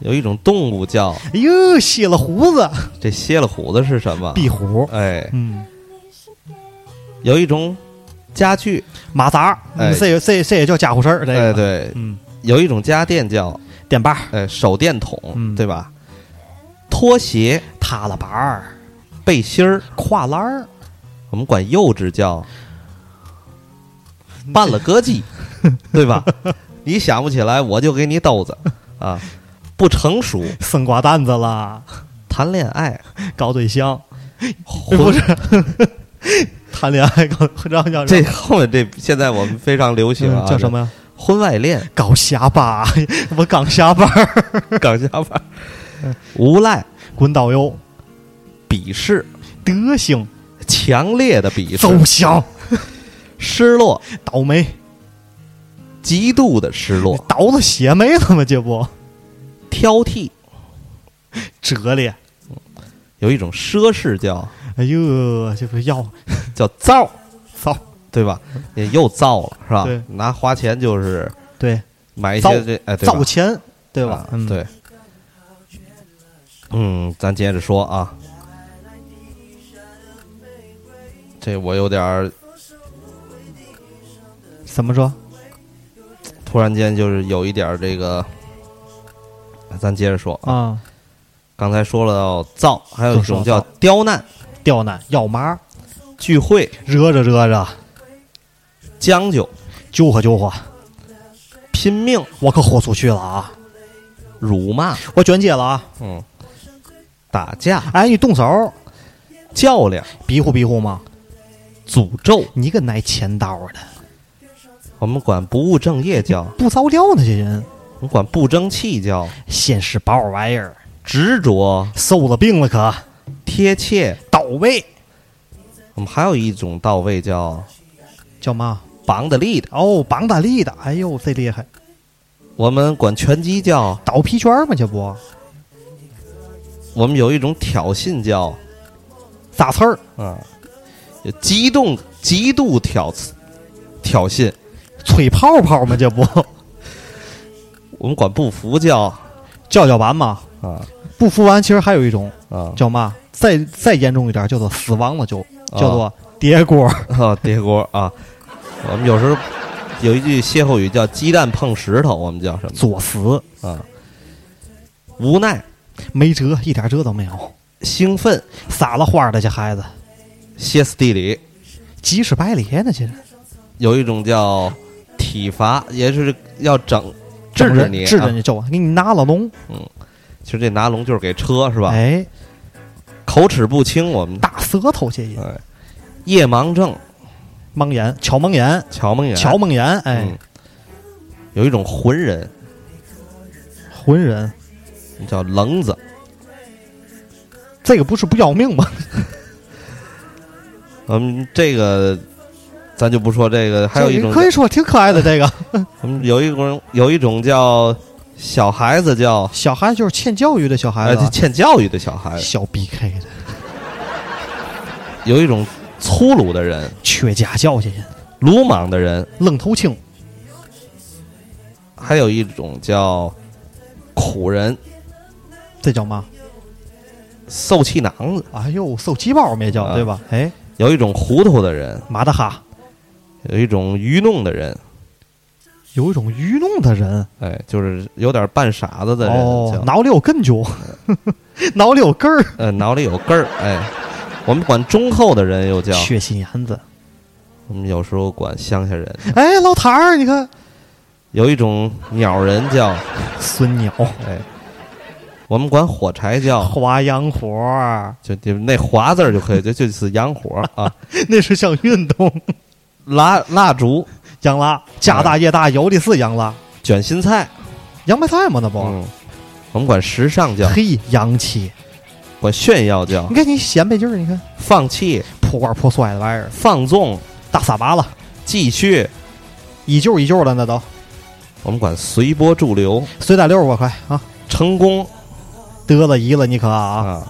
S3: 有一种动物叫，
S2: 哎呦，歇了胡子，
S3: 这歇了胡子是什么？
S2: 壁虎，
S3: 哎，
S2: 嗯，
S3: 有一种家具，
S2: 马扎，嗯
S3: 哎
S2: 这也这这也叫家伙事儿，这
S3: 哎
S2: 个，
S3: 对，
S2: 嗯，
S3: 有一种家电叫，
S2: 电把儿，
S3: 哎手电筒，
S2: 嗯
S3: 对吧？拖鞋、
S2: 踏了板儿，
S3: 背心儿，
S2: 跨栏儿，
S3: 我们管幼稚叫半了 歌妓，对吧？你想不起来，我就给你兜子啊！不成熟，
S2: 生瓜蛋子啦，
S3: 谈恋爱，
S2: 搞对象，不
S3: 婚
S2: 是谈恋爱搞，让让嗯
S3: 这后面这现在我们非常流行啊，
S2: 叫什么呀？、
S3: 这？婚外恋
S2: 搞瞎吧，我刚下班儿，
S3: 搞笑法、无赖、
S2: 滚导游，
S3: 鄙视、
S2: 德行，
S3: 强烈的鄙
S2: 走
S3: 视、
S2: 向，
S3: 失落、
S2: 倒霉，
S3: 极度的失落、
S2: 倒了血霉了吗？这不
S3: 挑剔，
S2: 折裂，
S3: 有一种奢侈叫
S2: 哎呦，这不要
S3: 叫造，
S2: 造，
S3: 对吧？也又造了，是吧
S2: 对？
S3: 拿花钱就是
S2: 对，
S3: 买一
S2: 造
S3: 些这哎，对吧
S2: 造钱，对吧
S3: 啊？
S2: 嗯，
S3: 对。嗯，咱接着说啊，这我有点儿
S2: 怎么说？
S3: 突然间就是有一点儿这个，咱接着说啊，
S2: 啊，
S3: 刚才说了到造，还有一种叫
S2: 就
S3: 刁难、
S2: 刁难，要麻，
S3: 聚会、
S2: 惹着惹着，
S3: 将就、
S2: 揪和揪和，
S3: 拼命、
S2: 我可豁出去了啊！
S3: 辱骂，
S2: 我卷街了啊！
S3: 嗯，打架、
S2: 哎，你动手，
S3: 较量、
S2: 比划比划嘛！
S3: 诅咒，
S2: 你个挨钱刀的，
S3: 我们管不务正业叫，
S2: 不着调呢，这人
S3: 我们管不争气叫，
S2: 现实宝玩意儿，
S3: 执着、
S2: 受了病了可
S3: 贴切。
S2: 到位，
S3: 我们还有一种到位叫
S2: 叫嘛？
S3: 绑得利的，
S2: 哦，绑大力的，哎呦，这厉害！
S3: 我们管拳击叫，
S2: 倒皮圈儿嘛，这不
S3: 我们有一种挑衅叫，
S2: 扎刺儿、
S3: 嗯，有激动、极度挑刺挑衅。
S2: 吹泡泡嘛，这不
S3: 我们管不服叫
S2: 叫叫板嘛。
S3: 啊
S2: 不服完，其实还有一种
S3: 啊
S2: 叫嘛？再再严重一点，叫做死亡了就，
S3: 啊
S2: 叫做叠锅儿。
S3: 啊，叠锅啊！我们有时候有一句歇后语叫“鸡蛋碰石头”，我们叫什么
S2: 作死，
S3: 啊？无奈、
S2: 没辙，一点辙都没有，
S3: 兴奋、
S2: 撒了花儿的这孩子，
S3: 歇斯底里，
S2: 急赤白咧呢，这人
S3: 有一种叫体罚，也是要整制
S2: 整
S3: 止
S2: 人
S3: 你，
S2: 治着
S3: 啊。
S2: 你就给你拿了龙，
S3: 其实这拿龙就是给车是吧？
S2: 哎，
S3: 口齿不清，我们
S2: 大舌头这人，
S3: 哎，夜盲症、
S2: 盲眼，巧盲眼，
S3: 乔梦眼、
S2: 巧盲眼，哎
S3: 嗯，，有一种浑人
S2: 浑人，
S3: 叫棱子，
S2: 这个不是不要命吗？
S3: 嗯，这个咱就不说这个， 还有一种
S2: 可以说 挺可爱的这个
S3: 嗯，有一种有一种叫小孩子叫
S2: 小孩就是欠教育的小孩
S3: 呃
S2: 子，啊
S3: 欠教育的小孩子，
S2: 小 BK 的
S3: 有一种粗鲁的人、
S2: 缺家教这人，
S3: 鲁莽的人，
S2: 愣头青，
S3: 还有一种叫苦人、
S2: 这叫嘛？
S3: 受气囊子，
S2: 哎呦，受气包没叫
S3: 啊
S2: 对吧？哎，
S3: 有一种糊涂的人，
S2: 马大哈，
S3: 有一种愚弄的人，
S2: 有一种愚弄的人，
S3: 哎，就是有点半傻子的人，
S2: 哦，
S3: 叫
S2: 脑里有根揪， 脑里有根儿，
S3: 呃脑里有根儿，哎，我们管忠厚的人又叫，
S2: 缺心眼子。
S3: 我们有时候管乡下人，
S2: 哎，老谭儿，你看
S3: 有一种鸟人叫，
S2: 孙鸟，
S3: 哎，我们管火柴叫。
S2: 花洋火儿，
S3: 就就那“华”字儿就可以，就就是洋火 啊，
S2: 那是项运动。
S3: 蜡蜡烛、
S2: 洋拉，家大业大，有的是洋拉，
S3: 卷心菜，
S2: 洋白菜嘛，那不。
S3: 嗯，我们管时尚叫，
S2: 嘿，洋气！
S3: 管炫耀叫
S2: 你，看你显摆劲儿，你看
S3: 放弃、
S2: 破罐破摔的玩意儿，
S3: 放纵、
S2: 大傻麻了，
S3: 继续，
S2: 一旧一旧的那都
S3: 我们管随波逐流、
S2: 随带六十多块啊，
S3: 成功
S2: 得了一了，你可啊，
S3: 啊。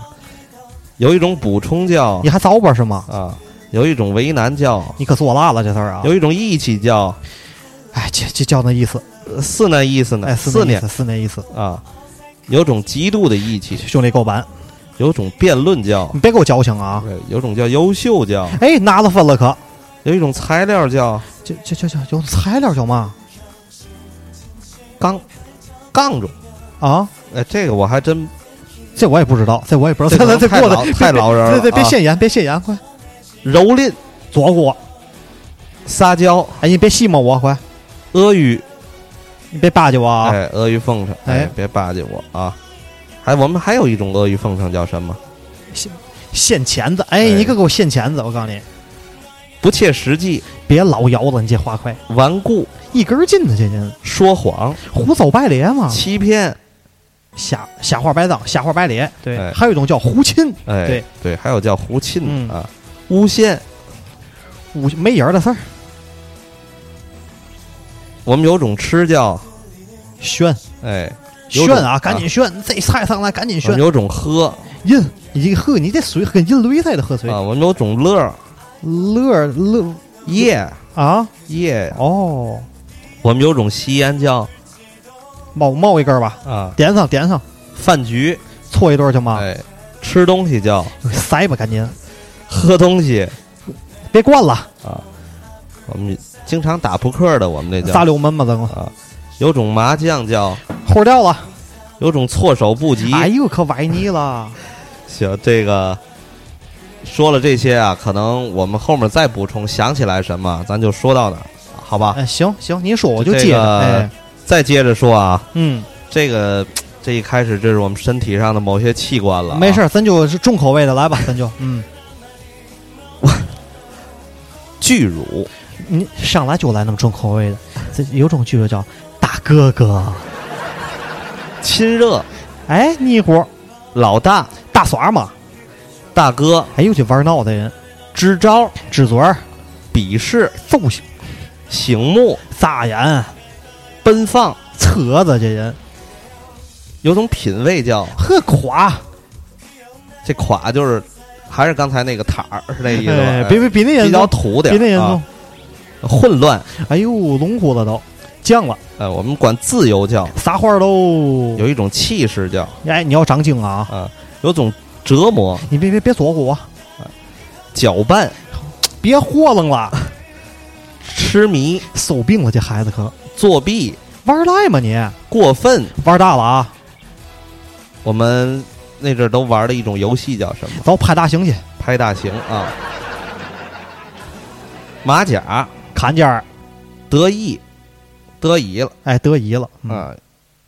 S3: 有一种补充叫
S2: 你还糟吧是吗？
S3: 啊，有一种为难叫，
S2: 你可做辣了这事儿啊！
S3: 有一种义气叫，
S2: 哎，这这叫那意思，
S3: 呃四那意思
S2: 哎，
S3: 呢，
S2: 是
S3: 四
S2: 那意
S3: 年
S2: 思，是那意思。
S3: 啊。有种极度的义气，
S2: 兄弟够板，
S3: 有种辩论叫，
S2: 你别给我矫情啊！
S3: 呃有种叫优秀叫，
S2: 哎，拿了分了可，
S3: 有一种材料叫
S2: 这这这这有材料叫嘛
S3: 刚杠住。
S2: 啊？
S3: 哎，这个我还真
S2: 这我也不知道，这我也不知
S3: 这
S2: 道，
S3: 可
S2: 这
S3: 能
S2: 这
S3: 太
S2: 过来
S3: 老
S2: 别
S3: 太老人了
S2: 别别别
S3: 啊
S2: 现眼，别现眼，快
S3: 蹂躏、
S2: 左过，
S3: 撒娇、
S2: 哎，你别戏摸我，快，
S3: 阿谀，
S2: 你别巴结我啊！
S3: 哎，阿谀奉承，
S2: 哎
S3: 哎，别巴结我啊！还我们还有一种阿谀奉承叫什么？
S2: 现钳子，哎，
S3: 哎
S2: 你可给我现钳子，我告诉你，
S3: 不切实际、
S2: 别老摇了，你这话快，
S3: 顽固、
S2: 一根筋的这人，
S3: 说谎、
S2: 胡诌白咧嘛，
S3: 欺骗，
S2: 瞎瞎话白当，瞎话白咧。对
S3: 哎
S2: 还有一种叫胡亲，
S3: 哎，
S2: 对
S3: 还有叫胡沁
S2: 嗯
S3: 的啊，诬陷。
S2: 五没影儿的事儿，
S3: 我们有种吃叫，
S2: 炫
S3: 哎，
S2: 炫
S3: 有种啊
S2: 啊，赶紧！炫，这菜上来赶紧
S3: 我们
S2: 炫，
S3: 有种喝
S2: 印你喝你这水跟印驴似的喝水，
S3: 啊，我们有种乐
S2: 乐儿乐
S3: 夜
S2: 啊，
S3: 夜，
S2: 哦，
S3: 我们有种吸烟叫
S2: 冒冒一根儿吧，
S3: 啊，
S2: 点上点上，
S3: 饭局，
S2: 搓一顿儿行吗？
S3: 哎，吃东西叫
S2: 塞吧，赶紧，
S3: 喝东西，
S2: 别惯了，
S3: 我们经常打扑克的，我们那
S2: 撒
S3: 叫
S2: 溜门吧，咱们
S3: 啊，有种麻将叫，
S2: 豁掉了，
S3: 有种措手不及。
S2: 哎呦，可崴泥了。
S3: 啊行，这个说了这些啊，可能我们后面再补充，想起来什么咱就说到哪儿，好吧？
S2: 哎，行行，您说我就
S3: 这
S2: 接着。
S3: 个
S2: 哎，
S3: 再接着说啊，
S2: 嗯，
S3: 这个这一开始这是我们身体上的某些器官了、啊
S2: 没事，，儿，咱就是重口味的来吧，咱就嗯，
S3: 巨乳，
S2: 你上来就来那么重口味的，这有种剧就叫大哥哥，
S3: 亲热，
S2: 哎，你伙
S3: 老大，
S2: 大耍嘛，
S3: 大哥，
S2: 哎呦，这玩闹的人，
S3: 支招，
S2: 支嘴儿、
S3: 鄙视，
S2: 揍醒、
S3: 醒目，
S2: 撒眼、
S3: 奔放，
S2: 扯子，这人
S3: 有种品味叫
S2: 呵垮，
S3: 这垮就是。还是刚才那个塔儿是那意思吧？
S2: 哎，
S3: 哎
S2: 比比比那人
S3: 比较
S2: 重，
S3: 土点
S2: 比
S3: 儿，
S2: 那人
S3: 啊
S2: 重，
S3: 混乱。
S2: 哎呦，龙虎了都，犟了，
S3: 呃，我们管自由叫，
S2: 撒欢儿喽，
S3: 有一种气势叫，
S2: 哎，你要长精啊，
S3: 有种折磨、
S2: 你别别别左顾我，
S3: 搅拌、
S2: 别豁楞了，
S3: 痴迷、
S2: 手病了，这孩子可
S3: 作弊、
S2: 玩赖吗你？
S3: 过分。
S2: 玩大了啊！
S3: 我们那阵儿都玩的一种游戏叫什么？
S2: 走拍大刑去，
S3: 拍大刑啊，马甲、
S2: 砍尖儿，
S3: 得意、得意了
S2: 哎，得意了。嗯，
S3: 啊。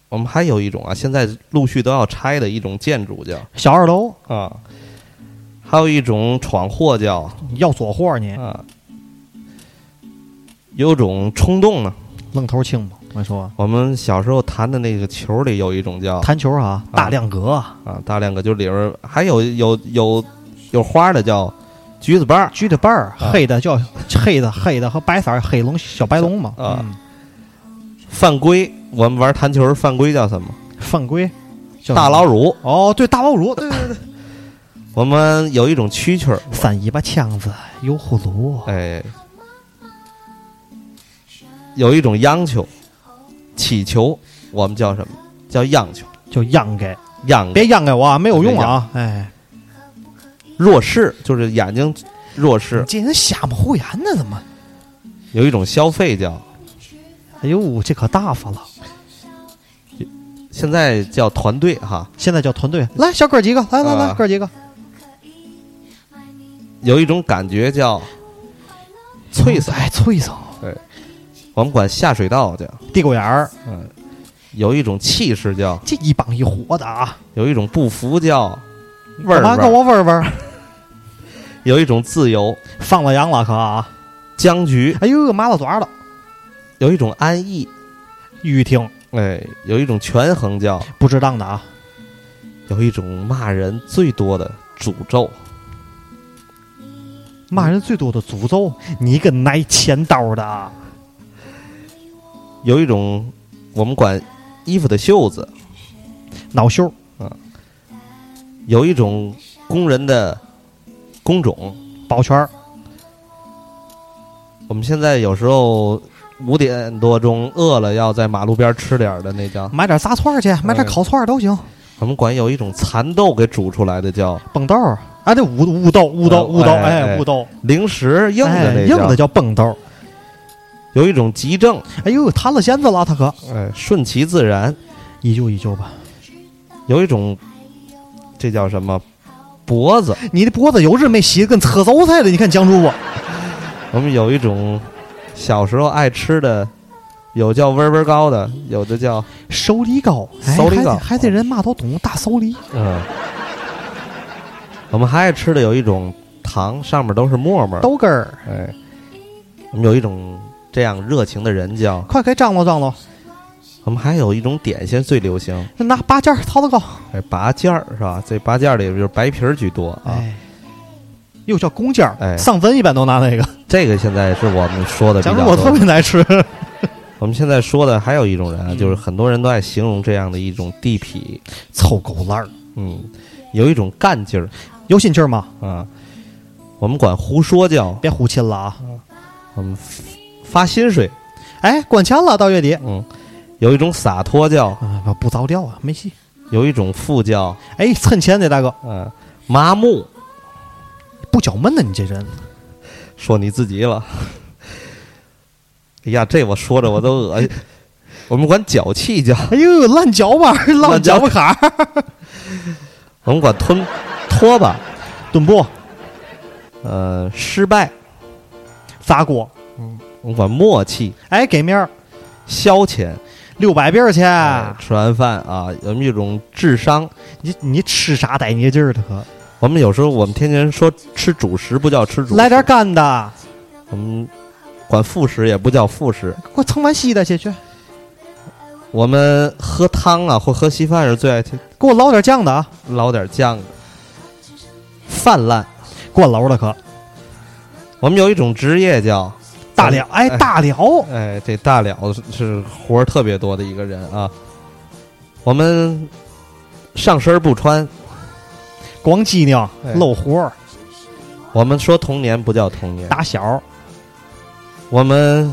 S3: 我们还有一种啊，现在陆续都要拆的一种建筑叫
S2: 小二楼
S3: 啊，还有一种闯祸叫
S2: 你要锁货你
S3: 啊，有种冲动呢。
S2: 愣头青吗？我说
S3: 我们小时候弹的那个球里有一种叫
S2: 弹球啊，大亮格啊，
S3: 啊，大亮哥就里边儿还有有有有花的叫橘子瓣儿
S2: 橘子瓣儿，
S3: 啊
S2: 黑的叫黑的黑的和白色儿黑龙小白龙嘛。
S3: 啊
S2: 嗯，
S3: 犯规。我们玩弹球儿犯规叫什么？
S2: 犯规，叫
S3: 大
S2: 什么
S3: 老鼠。
S2: 哦，对大老鼠，对 对对，
S3: 我们有一种蛐蛐儿，
S2: 三尾巴枪子油葫芦，
S3: 哎，有一种央球、乞球，我们叫什么？叫央球。
S2: 就秧给，
S3: 央
S2: 别秧给我啊，没有用啊！哎，
S3: 弱视就是眼睛弱视
S2: 你。这人瞎模糊眼呢，怎么？
S3: 有一种消费叫
S2: 哎呦，这可大发了！
S3: 现在叫团队哈，
S2: 现在叫团队，来小哥几个，来来来，
S3: 啊
S2: 哥几个，
S3: 有一种感觉叫脆嗓，
S2: 哎，脆嗓，
S3: 我们管下水道叫。
S2: 地沟眼儿，
S3: 嗯，有一种气势叫，
S2: 这一帮一伙的啊，
S3: 有一种不服叫，味
S2: 干嘛
S3: 儿味
S2: 跟
S3: 儿，
S2: 我味儿味儿？
S3: 有一种自由
S2: 放了羊了可啊！
S3: 僵局，
S2: 哎呦，麻了爪了，
S3: 有一种安逸，
S2: 玉听
S3: 哎，有一种权衡叫，
S2: 不值当的啊！
S3: 有一种骂人最多的诅咒，
S2: 骂人最多的诅咒，你个挨钱刀的啊！
S3: 有一种我们管衣服的袖子，
S2: 恼羞，
S3: 有一种工人的工种。
S2: 保全儿，
S3: 我们现在有时候五点多钟饿了，要在马路边吃点儿的那叫，
S2: 买点炸串儿
S3: 哎
S2: 去，买点烤串儿都行。
S3: 我们管有一种蚕豆给煮出来的叫
S2: 蹦豆儿，哎，那五五豆，五豆，
S3: 哎
S2: 五豆，
S3: 哎
S2: 哎，
S3: 哎
S2: 五豆，
S3: 零食，硬的
S2: 哎
S3: 那
S2: 硬
S3: 叫，
S2: 的叫蹦豆儿。
S3: 有一种急症。
S2: 哎呦，弹了弦子了，他可
S3: 哎，顺其自然，
S2: 一旧一旧吧。
S3: 有一种，这叫什么？脖子，
S2: 你的脖子有日没洗，跟扯走菜的。你看江主播，
S3: 我们有一种小时候爱吃的，有叫温温糕的，有的叫
S2: 手里高，哎
S3: 手里高
S2: 还得还得人嘛都懂，大手里。
S3: 嗯，我们还爱吃的有一种糖，上面都是沫沫，
S2: 豆根儿，
S3: 哎，我们有一种这样热情的人叫，
S2: 快给张罗张罗，
S3: 我们还有一种点心最流行，
S2: 拿八件儿桃子糕，
S3: 哎，拔尖儿是吧？这拔尖儿里边就是白皮儿居多啊，
S2: 哎，又叫弓箭儿，
S3: 哎
S2: 上坟一般都拿 那个。
S3: 这个现在是我们说的比
S2: 江
S3: 较
S2: 主播
S3: 多
S2: 特 别爱吃，
S3: 我们现在说的还有一种人啊，
S2: 嗯
S3: 就是很多人都爱形容这样的一种地痞，
S2: 凑狗烂儿，
S3: 嗯，有一种干劲儿
S2: 有心气儿吗？
S3: 啊。我们管胡说叫，
S2: 别胡亲了啊！
S3: 我们发薪水，
S2: 哎，关钱了，到月底。
S3: 嗯，有一种洒脱叫，
S2: 啊，不着调啊，没戏。
S3: 有一种富叫，
S2: 哎，趁钱的大哥，
S3: 嗯，麻木，
S2: 不搅闷的你这人，
S3: 说你自己了。哎呀，这我说着我都恶心。我们管脚气叫，
S2: 哎呦，烂脚巴儿， 烂脚巴坎儿，
S3: 我们管吞拖把，
S2: 蹲步、
S3: 呃，失败，
S2: 砸锅，
S3: 我们管默契，
S2: 哎，给面儿，
S3: 消遣。
S2: 六百遍儿去。
S3: 哎吃完饭啊，我们有一种智商。
S2: 你你吃啥带你劲儿的可？
S3: 我们有时候我们天津人说吃主食不叫吃主食，
S2: 来点干的，
S3: 我们管副食也不叫副食。
S2: 给我盛碗稀的去去，给
S3: 我们喝汤啊或喝稀饭是最爱去
S2: 我捞点酱的啊，
S3: 捞点酱的。泛滥，
S2: 灌楼的可。
S3: 我们有一种职业叫
S2: 大了，哎，
S3: 哎
S2: 大了，
S3: 哎，这大了是是活儿特别多的一个人啊。我们上身不穿，
S2: 光机灵
S3: 哎，
S2: 露活儿，
S3: 我们说童年不叫童年，
S2: 打小，
S3: 我们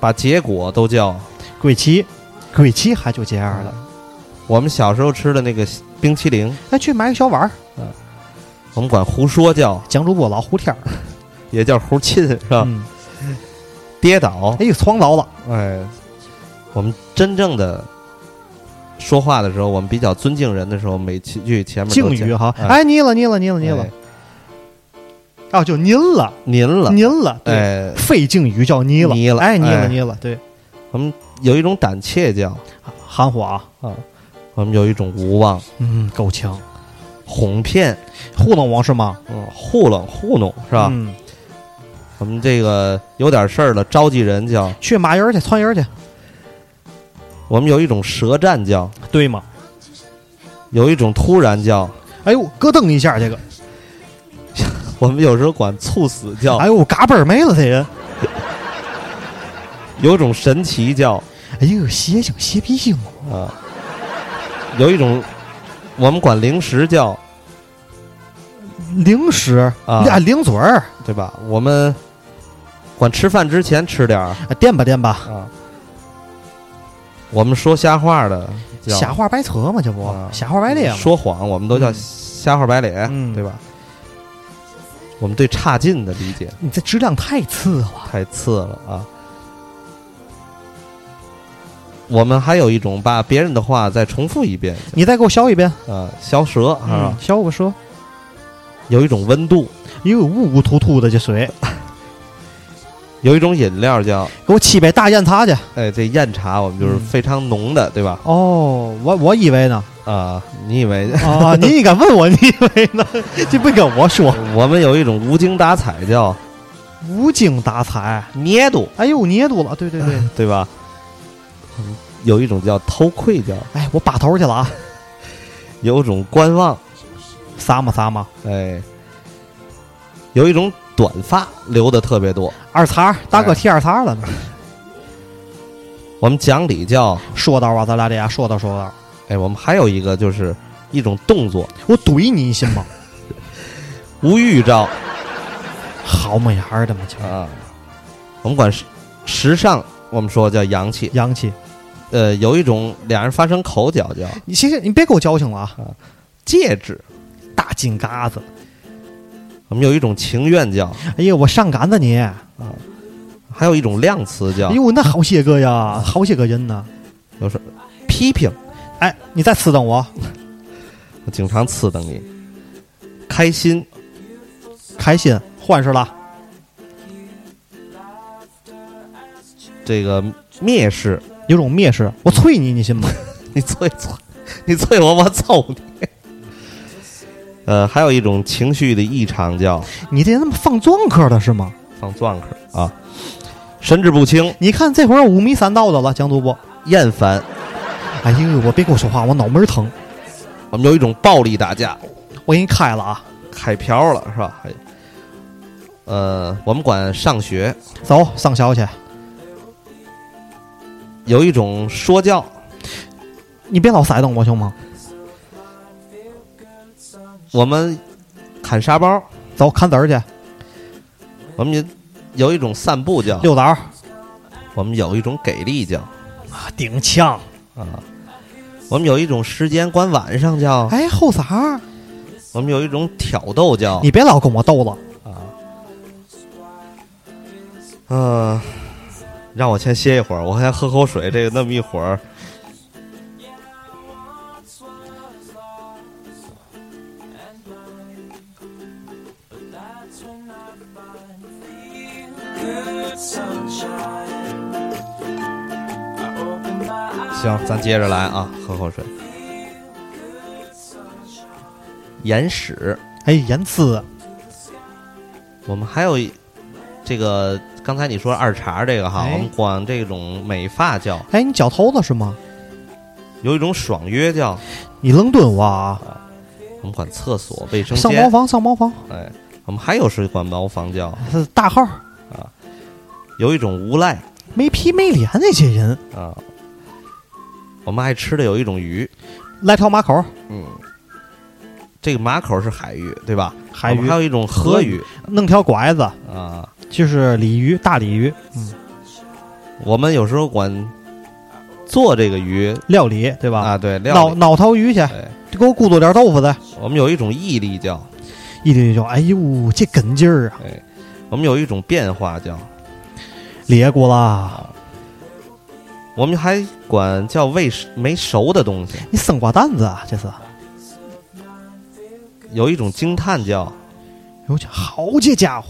S3: 把结果都叫
S2: 鬼旗，鬼旗还就这样了。
S3: 嗯我们小时候吃的那个冰淇淋，
S2: 哎，去买个小碗儿，
S3: 我们管胡说叫，嗯
S2: 蒋主播老胡天儿，
S3: 也叫胡沁是吧？
S2: 嗯，
S3: 跌倒，
S2: 啊哎呦，床牢了，
S3: 哎，我们真正的说话的时候，我们比较尊敬人的时候，每句前面
S2: 敬
S3: 都
S2: 语
S3: 讲
S2: 哈，
S3: 哎，
S2: 哎，你了，你了，你了，你了
S3: 哎，
S2: 啊，就您了，
S3: 您了，
S2: 您了，对，
S3: 哎，
S2: 非敬语叫你了，
S3: 你了
S2: 哎，你了，
S3: 哎
S2: 你了，对，
S3: 我们有一种胆怯叫
S2: 含糊啊，
S3: 啊，我们有一种无望、
S2: 嗯，够呛，
S3: 哄骗、
S2: 糊弄我是吗？
S3: 嗯，糊弄、糊弄是吧？
S2: 嗯，
S3: 我们这个有点事儿了，召集人叫
S2: 去马云儿去，窜云儿去，
S3: 我们有一种舌战叫，
S2: 对吗？
S3: 有一种突然叫，
S2: 哎呦，咯噔一下，这个，
S3: 我们有时候管猝死叫，
S2: 哎呦，嘎嘣儿没了，这人，
S3: 有一种神奇叫
S2: 哎呦，邪性邪逼性，
S3: 啊，有一种我们管零食叫。
S2: 零食
S3: 啊
S2: 呀，零嘴儿，
S3: 对吧？我们管吃饭之前吃点儿
S2: 啊垫吧垫吧，
S3: 啊。我们说瞎话的叫
S2: 瞎话白扯嘛，这不
S3: 啊
S2: 瞎话白咧嘛，
S3: 说谎，我们都叫
S2: 嗯
S3: 瞎话白咧，
S2: 嗯
S3: 对吧？我们对差劲的理解
S2: 你这质量太次了，
S3: 太次了啊！我们还有一种把别人的话再重复一遍
S2: 你再给我削一遍，
S3: 啊，削舌啊
S2: 嗯，，削我个舌，
S3: 有一种温度，
S2: 哎呦，雾雾突突的这 水，
S3: 有一种饮料叫
S2: 给我沏杯大雁茶去。
S3: 哎，这燕茶我们就是
S2: 嗯
S3: 非常浓的，对吧？
S2: 哦，我我以为呢，
S3: 啊，你以为
S2: 啊，你应该问我，你以为呢？ 这不跟我说，
S3: 我们有一种无精打采叫
S2: 无精打采。
S3: 捏度，
S2: 哎呦，捏住了，对 对对，
S3: 对吧？有一种叫偷窥叫，
S2: 哎，我把头去了啊，
S3: 有一种观望，
S2: 撒嘛撒嘛，
S3: 哎，有一种短发留的特别多。
S2: 二茬儿，大哥剃二茬儿了呢。
S3: 我们讲理叫，
S2: 说道啊，咱俩这样说道说道，
S3: 哎，我们还有一个就是一种动作，
S2: 我怼你，信吗？
S3: 无欲照
S2: 好模样儿的嘛，就
S3: 啊。我们管时时尚，我们说叫洋气。
S2: 洋气。
S3: 呃，有一种俩人发生口角叫
S2: 你行行，你别给我矫情了啊，
S3: 戒指。
S2: 大金嘎子。
S3: 我们有一种情愿叫，
S2: 哎呀，我上赶子你，哎
S3: 还有一种量词叫，
S2: 呦，那好些个呀，好些个人呢。
S3: 就是批评。
S2: 哎，你再呲瞪我，
S3: 我经常刺瞪你。开心，
S2: 开心，欢实了。
S3: 这个蔑视，
S2: 有种蔑视，我啐你，你信 吗？
S3: 你啐啐，你啐我，我揍你。呃，还有一种情绪的异常叫
S2: 你这人怎么放庄客了是吗？
S3: 放钻壳啊，神志不清、
S2: 你看这会儿五迷三道的了，江主播。
S3: 厌烦。
S2: 哎呦，我别跟我说话，我脑门儿疼，
S3: 我们有一种暴力打架，
S2: 我给你开了啊！
S3: 开瓢了是吧？还哎呃，我们管上学
S2: 走上学去，
S3: 有一种说教，
S2: 你别老塞瞪我行吗？
S3: 我们砍沙包，
S2: 走看子儿去，
S3: 我们也有一种散步叫，
S2: 遛枣
S3: 我们有一种给力叫，
S2: 顶呛。
S3: 啊，我们有一种时间观晚上叫，
S2: 哎，后崽儿，
S3: 我们有一种挑逗叫，
S2: 你别老跟我斗了，
S3: 嗯、让我先歇一会儿，我先喝口水，这个那么一会儿。行，咱接着来啊，喝口水。眼屎，
S2: 哎，严丝，
S3: 我们还有一这个，刚才你说二茬这个哈，
S2: 哎
S3: 我们管这种美发叫，
S2: 哎，你脚头子是吗？
S3: 有一种爽约叫，
S2: 你愣蹲我啊！
S3: 我们管厕所卫生
S2: 上茅
S3: 间，
S2: 房，上茅房，
S3: 哎，我们还有谁管茅房叫，
S2: 是大号儿，
S3: 有一种无赖
S2: 没皮没脸那些人，
S3: 啊。我们爱吃的有一种鱼，
S2: 来条马口儿，
S3: 嗯，这个马口是海鱼对吧？
S2: 海
S3: 我
S2: 鱼
S3: 们还，有一种河鱼
S2: 弄条拐子，
S3: 啊。
S2: 就是鲤鱼，大鲤鱼，
S3: 我们有时候管做这个鱼
S2: 料理对吧？
S3: 啊，对料
S2: 脑
S3: 理，
S2: 脑头鱼去，
S3: 哎，
S2: 给我咕嘟点豆腐去。
S3: 我们有一种毅力叫，
S2: 一听就哎呦，这根劲儿啊！
S3: 我们有一种变化叫，
S2: 咧咕
S3: 啊
S2: 啦，
S3: 我们还管叫未熟没熟的东西，
S2: 你生瓜蛋子啊，这是。
S3: 有一种惊叹叫，
S2: 哎呦我去，好这家伙，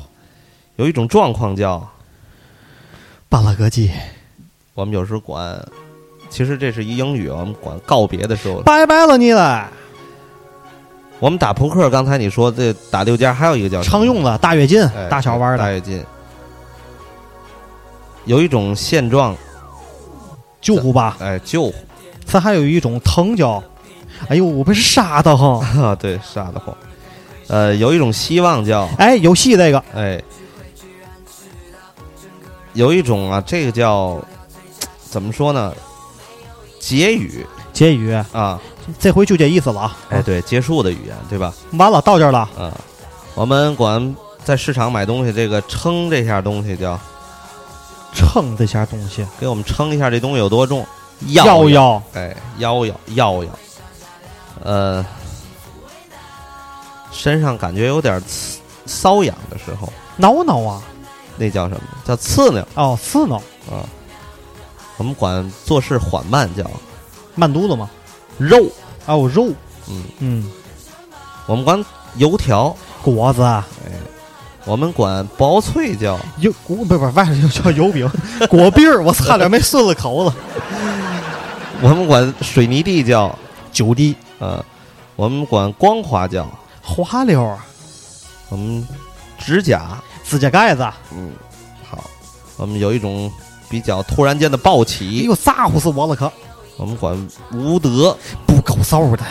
S3: 有一种状况叫，
S2: 半拉个鸡，
S3: 我们有时候管，其实这是一英语，我们管告别的时候，
S2: 拜拜了你
S3: 啊
S2: 了，
S3: 我们打扑克，刚才你说这打六家，还有一个叫什么
S2: 常用的大跃进
S3: 哎，
S2: 大小弯
S3: 大
S2: 的
S3: 跃进，有一种现状，
S2: 救护吧，
S3: 哎，救
S2: 咱还有一种藤椒，哎呦，我被杀的 慌。
S3: 啊，对，杀得慌。呃，有一种希望叫，
S2: 哎，游戏这个
S3: 哎，有一种啊，这个叫怎么说呢？结语
S2: 结语，
S3: 啊，
S2: 这回就这意思了啊。
S3: 哎，对，结束的语言，对吧？
S2: 完了，到这儿了，
S3: 啊，我们管在市场买东西，这个称这下东西叫，
S2: 称这下东西，
S3: 给我们称一下这东西有多重，
S2: 要
S3: 要，
S2: 要
S3: 哎，要要要要，呃，身上感觉有点刺瘙痒的时候，
S2: 挠挠啊，
S3: 那叫什么？叫刺挠
S2: 哦，刺挠，
S3: 啊。我们管做事缓慢叫
S2: 慢犊子嘛，
S3: 肉，
S2: 哦，肉，
S3: 嗯，
S2: 嗯，
S3: 我们管油条，
S2: 果子啊，
S3: 我们管薄脆叫
S2: 油果不不，外头又叫油饼，果篦儿，我差点没顺了口子。
S3: 我们管水泥地叫
S2: 九滴
S3: 呃，我们管光滑叫
S2: 滑溜儿，
S3: 我们指甲，
S2: 啊指甲盖子啊，
S3: 嗯，好，我们有一种比较突然间的暴
S2: 哎
S3: 起，
S2: 呦，咋呼死我了可，
S3: 我们管无德，
S2: 不够臊的。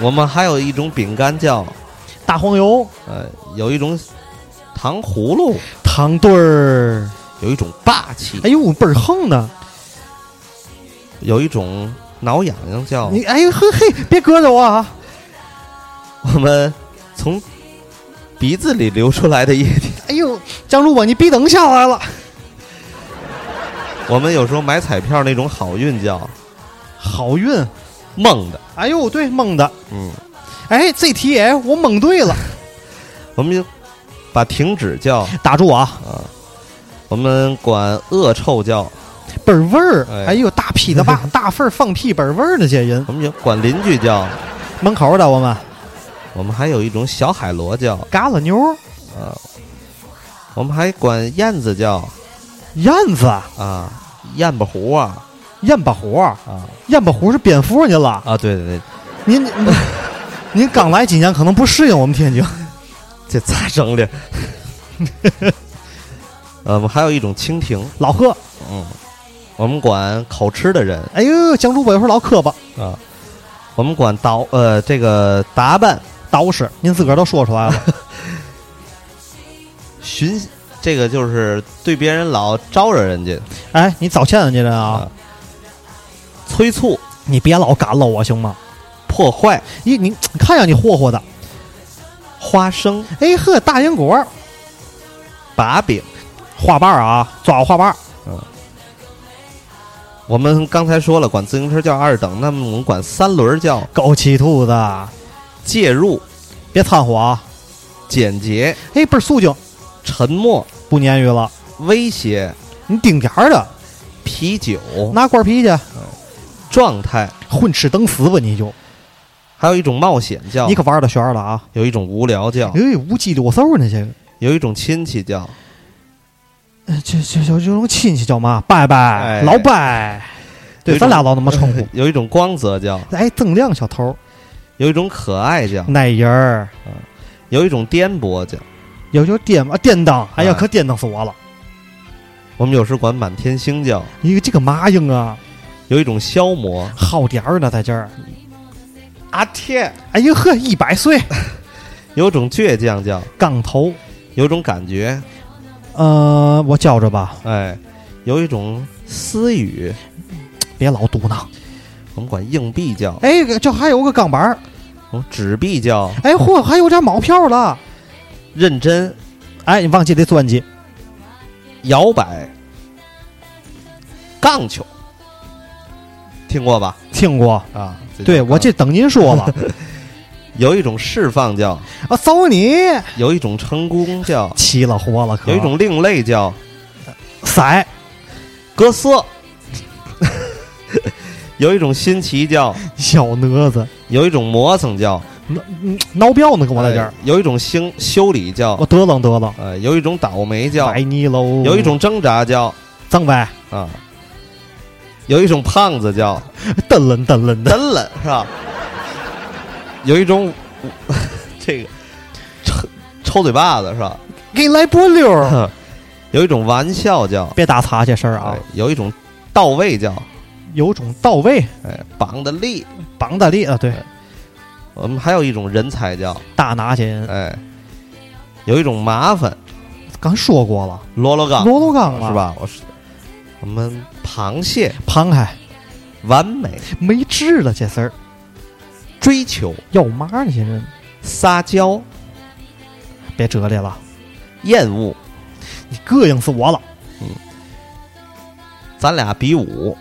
S3: 我们还有一种饼干叫
S2: 大黄油、
S3: 呃，有一种糖葫芦，
S2: 糖墩儿，
S3: 有一种霸气
S2: 哎，呦，倍儿横呢。
S3: 有一种挠痒痒叫
S2: 你哎呦嘿嘿，别搁着我啊！
S3: 我们从鼻子里流出来的液体。
S2: 哎呦，江主播，你必等下来了。
S3: 我们有时候买彩票那种好运叫
S2: 好运，
S3: 梦的，
S2: 哎呦，对，蒙的，
S3: 嗯，
S2: 哎，这题哎，我蒙对了。
S3: 我们就把停止叫
S2: 打住啊，
S3: 啊，我们管恶臭叫。
S2: 倍儿味儿，
S3: 哎
S2: 哎呦，大屁的吧，大份儿放屁倍儿味儿的这人，
S3: 我们有管邻居叫，
S2: 门口的我们
S3: 我们还有一种小海螺叫，
S2: 嘎了妞儿，
S3: 我们还管燕子叫
S2: 燕子，
S3: 啊，燕巴糊啊
S2: 燕巴胡，
S3: 啊
S2: 燕巴胡是蝙蝠去了。
S3: 啊！对对对，
S2: 您您您刚来几年，可能不适应我们天津。
S3: 这咋整的？ 呃，我们还有一种蜻蜓，
S2: 老贺，
S3: 嗯，我们管口吃的人
S2: 哎呦，江主播一会儿老磕巴，
S3: 啊，我们管捯呃这个打扮
S2: 捯饬，您自个儿都说出来了。
S3: 寻，这个就是对别人老招惹人家
S2: 哎，你早欠人家人啊，，
S3: 催促
S2: 你别老赶了我行吗？
S3: 破坏
S2: 你你你看呀，你霍霍的。
S3: 花生
S2: 哎呵，大英果儿
S3: 把柄。
S2: 花瓣儿啊，抓个花瓣儿，
S3: 我们刚才说了，管自行车叫二等，那么我们管三轮儿叫
S2: 枸杞兔子，
S3: 介入、
S2: 别掺和啊。
S3: 简洁、
S2: 哎，倍儿肃静，
S3: 沉默、
S2: 不鲶鱼了，
S3: 威胁、
S2: 你顶点儿的，
S3: 啤酒、
S2: 拿罐啤去，
S3: 状态，
S2: 混吃等死吧你就，
S3: 还有一种冒险叫
S2: 你，可玩的旋儿了啊！
S3: 有一种无聊叫，
S2: 哎，无鸡柳嗖呢这个
S3: 有一种亲戚叫，
S2: 呃，这这这这种亲戚叫嘛？拜拜，
S3: 哎
S2: 老拜，对，
S3: 有一
S2: 咱
S3: 种
S2: 俩老那么称 呼。
S3: 有一种光泽叫，
S2: 哎，锃亮小头儿，
S3: 有一种可爱叫，
S2: 奶人儿，
S3: 有一种颠簸叫。
S2: 有就颠吧，颠当，哎呀，
S3: 哎
S2: 可颠当死我了！
S3: 我们有时管满天星叫，
S2: 你这个麻硬啊，
S3: 有一种消磨。
S2: 好点儿呢，在这儿。
S3: 啊天，
S2: 哎呦呵，一百岁，
S3: 有一种倔强叫，
S2: 杠头，
S3: 有一种感觉，
S2: 呃，我叫着吧，
S3: 哎，有一种私语。
S2: 别老嘟囔。
S3: 我们管硬币叫，
S2: 哎，这还有个钢板儿，
S3: 我们纸币叫
S2: 哎嚯，还有点毛票了。
S3: 认真
S2: 哎，你忘记得钻进
S3: 摇摆，杠球，听过吧？
S2: 听过？
S3: 啊，这叫
S2: 对我
S3: 杠
S2: 这等您说了
S3: 有一种释放叫，
S2: 啊，走你
S3: 有一种成功叫，
S2: 起了火了可，
S3: 有一种另类叫，
S2: 色
S3: 哥色。 有一种新奇叫，
S2: 小蛾子，
S3: 有一种磨蹭叫，
S2: 挠挠标呢，跟我在这儿
S3: 呃，有一种兴修理叫
S2: 我，嘚楞嘚楞，
S3: 呃，有一种倒霉叫，
S2: 白泥喽，
S3: 有一种挣扎叫
S2: 脏呗，
S3: 啊，有一种胖子 叫
S2: 噔楞噔楞的，
S3: 真了是吧？有一种 这个抽抽嘴巴子是吧？
S2: 给你来波溜儿，
S3: 有一种玩笑叫
S2: 别打擦这事儿啊
S3: 哎，有一种到位叫
S2: 有种到位，
S3: 哎绑的力，
S2: 绑大力啊，对，
S3: 哎我们还有一种人才叫
S2: 大拿钱，
S3: 哎，有一种麻烦
S2: 刚说过了，
S3: 罗罗岗
S2: 螺螺杠了
S3: 啊是？吧？我是我们螃蟹
S2: 庞开
S3: 完美
S2: 没治了这事儿，
S3: 追求
S2: 要嘛那些人
S3: 撒娇
S2: 别折裂了，
S3: 厌恶，
S2: 你膈应死我了，
S3: 咱俩比武，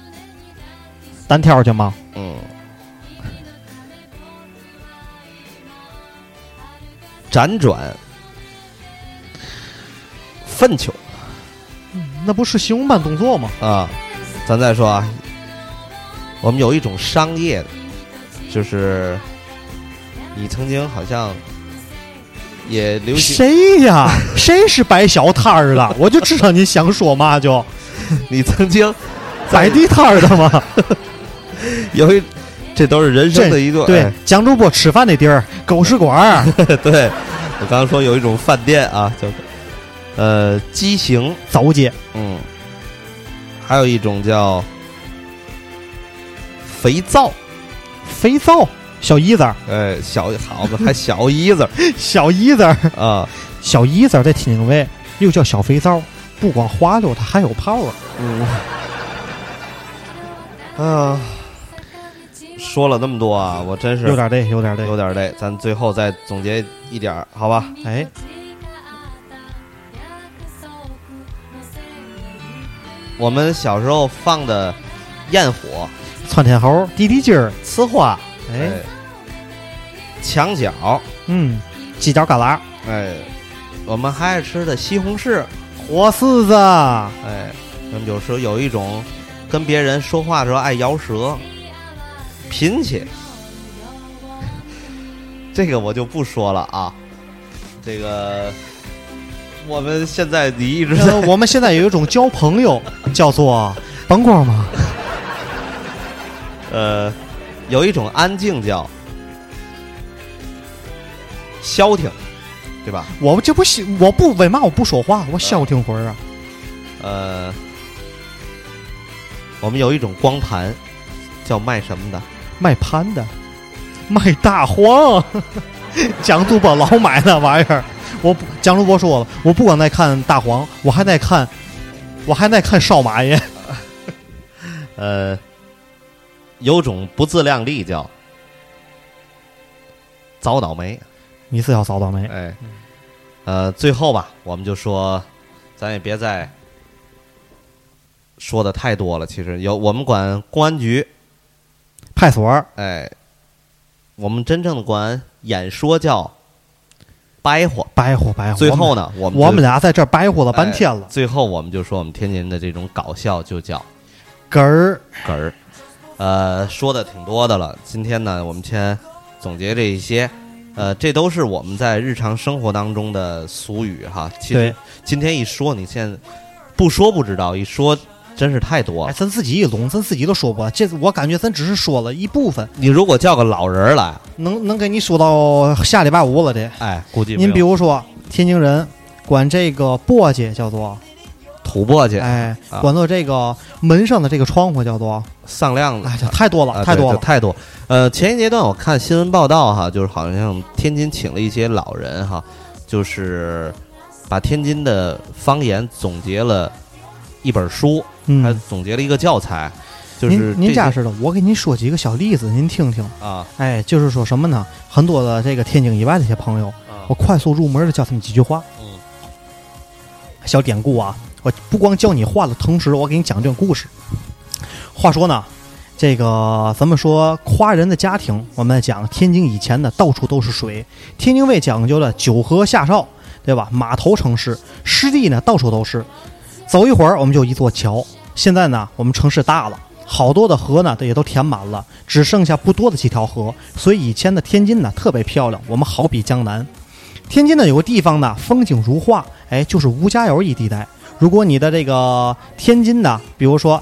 S2: 单挑去吗？
S3: 嗯。辗转，粪球
S2: 那不是形容慢动作吗？
S3: 啊！咱再说啊，我们有一种商业的，就是你曾经好像也流行，
S2: 谁呀？谁是摆小摊儿的？我就知道你想说嘛，就
S3: 你曾经
S2: 摆地摊儿的嘛。
S3: 有一，这都是人生的一段。
S2: 对
S3: 哎，
S2: 蒋主播吃饭那地儿，狗食馆 儿、
S3: 对，我刚刚说有一种饭店啊，叫呃畸形，
S2: 走街、
S3: 嗯，还有一种叫肥皂，
S2: 肥皂、小姨子儿、
S3: 哎，小好嘛，还小 姨子儿
S2: 小姨子儿、
S3: 啊，
S2: 小姨子儿在天津卫又叫小肥皂，不光滑溜，它还有泡儿。
S3: 嗯，啊，说了那么多啊，我真是
S2: 有点累，有点累。
S3: 有点累，咱最后再总结一点儿，好吧？
S2: 哎，
S3: 我们小时候放的焰火、
S2: 窜天猴、滴滴鸡儿，
S3: 呲花，
S2: 哎，
S3: 墙角，
S2: 嗯，犄角旮旯、
S3: 哎，我们还爱吃的西红柿，
S2: 活柿 子，
S3: 哎，那么有时候有一种跟别人说话的时候爱摇舌，贫气，这个我就不说了啊。这个我们现在你一直在
S2: 呃我们现在有一种交朋友，叫做 甭光嘛，
S3: 呃，有一种安静叫消停，对吧？
S2: 我这不喜，我不为嘛我不说话，我消停会儿啊。
S3: 呃，我们有一种光盘叫卖什么的？
S2: 卖盘的，卖大黄。 蒋主播老买那玩意儿，我不蒋主播说了，我不光在看大黄，我还在看，我还在看少马爷。
S3: 呃，有种不自量力叫早倒霉。
S2: 你是要扫倒霉，
S3: 哎，呃，最后吧，我们就说，咱也别再说的太多了。其实有我们管公安局，
S2: 派出所儿
S3: 哎，我们真正的管演说叫掰活。
S2: 白活白活。
S3: 最后呢，我
S2: 我
S3: 们
S2: 们，
S3: 就
S2: 我们俩在这儿白活了半天了
S3: 哎，最后我们就说，我们天津人的这种搞笑就叫
S2: 哏儿
S3: 哏儿。呃，说的挺多的了。今天呢，我们先总结这一些，呃，这都是我们在日常生活当中的俗语哈。其
S2: 对
S3: 实，今天一说，你现在不说不知道，一说真是太多
S2: 哎，
S3: 了。
S2: 咱自己一拢，咱自己都说不完。这我感觉咱只是说了一部分，
S3: 你如果叫个老人儿来，
S2: 能能给你说到下礼拜五了得。
S3: 哎，估计
S2: 您
S3: 没
S2: 比
S3: 有
S2: 如说，天津人管这个簸箕叫做
S3: 土簸箕、
S2: 哎，
S3: 啊
S2: 管做这个门上的这个窗户叫做，
S3: 丧量子，
S2: 哎，这太多了，
S3: 啊
S2: 太
S3: 对
S2: 多
S3: 就
S2: 了。
S3: 太多。呃，前一阶段我看新闻报道哈，就是好像天津请了一些老人哈，就是把天津的方言总结了一本书，还
S2: 嗯，
S3: 总结了一个教材，就是
S2: 您您
S3: 这
S2: 家
S3: 些
S2: 似的，我给您说几个小例子，您听听。
S3: 啊
S2: 哎，就是说什么呢？很多的这个天津以外的一些朋友，
S3: 啊
S2: 我快速入门的教他们几句话，
S3: 嗯
S2: 小典故啊。我不光教你话的同时，我给你讲一段故事。话说呢，这个咱们说夸人的家庭，我们讲天津以前的到处都是水，天津卫讲究了九河下哨，对吧？码头城市，湿地呢到处都是。走一会儿，我们就一座桥。现在呢，我们城市大了，好多的河呢也都填满了，只剩下不多的几条河。所以以前的天津呢特别漂亮，我们好比江南。天津呢有个地方呢风景如画，哎，就是吴家窑一地带。如果你的这个天津呢，比如说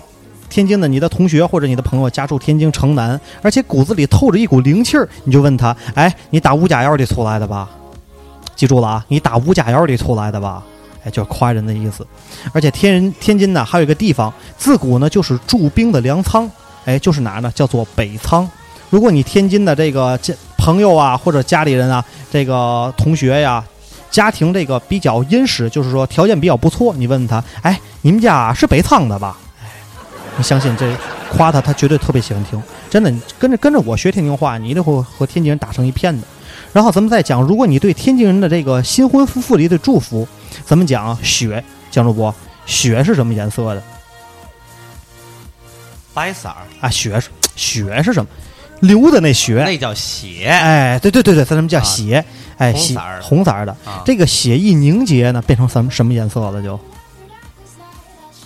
S2: 天津的你的同学或者你的朋友家住天津城南，而且骨子里透着一股灵气儿，你就问他，哎，你打吴家窑里出来的吧？记住了啊，你打吴家窑里出来的吧？哎，就是夸人的意思。而且天人天津呢，还有一个地方，自古呢就是驻兵的粮仓，哎，就是哪儿呢？叫做北仓。如果你天津的这个家朋友啊，或者家里人啊，这个同学呀、家庭这个比较殷实，就是说条件比较不错，你问他，哎，你们家是北仓的吧？哎，你相信这夸他，他绝对特别喜欢听。真的，你跟着跟着我学天津话，你一定会和天津人打成一片的。然后咱们再讲，如果你对天津人的这个新婚夫妇的一对祝福，咱们讲啊雪，江主播，雪是什么颜色的
S3: 白色儿，
S2: 啊？雪是雪是什么？流的那雪，
S3: 那叫血
S2: 哎，对对对对，咱们叫
S3: 啊
S2: 血，哎，
S3: 红
S2: 血
S3: 色儿
S2: 红色儿的，
S3: 啊，
S2: 这个血一凝结呢，变成什么什么颜色了就？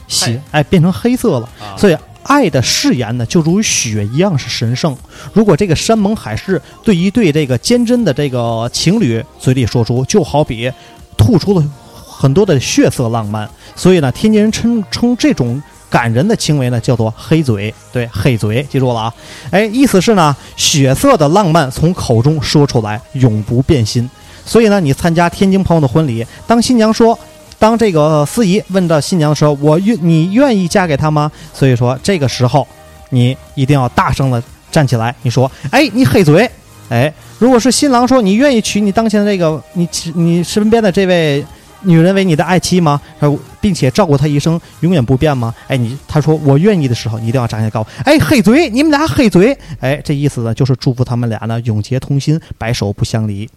S2: 血哎，变成黑色了。
S3: 啊
S2: 所以爱的誓言呢，就如血一样是神圣。如果这个山盟海誓对一对这个坚贞的这个情侣嘴里说出，就好比吐出了很多的血色浪漫。所以呢，天津人称称这种感人的行为呢，叫做黑嘴。对，黑嘴，记住了啊。哎，意思是呢，血色的浪漫从口中说出来，永不变心。所以呢，你参加天津朋友的婚礼，当新娘说，当这个司仪问到新娘的时候，我愿你愿意嫁给他吗？所以说这个时候，你一定要大声的站起来，你说，哎，你黑嘴，哎，如果是新郎说你愿意娶你当前的这个你你身边的这位。女人为你的爱妻吗？呃并且照顾她一生，永远不变吗？哎，你他说我愿意的时候，你一定要站起来告诉我，哎，黑嘴，你们俩黑嘴，哎，这意思呢，就是祝福他们俩呢永结同心，白首不相离。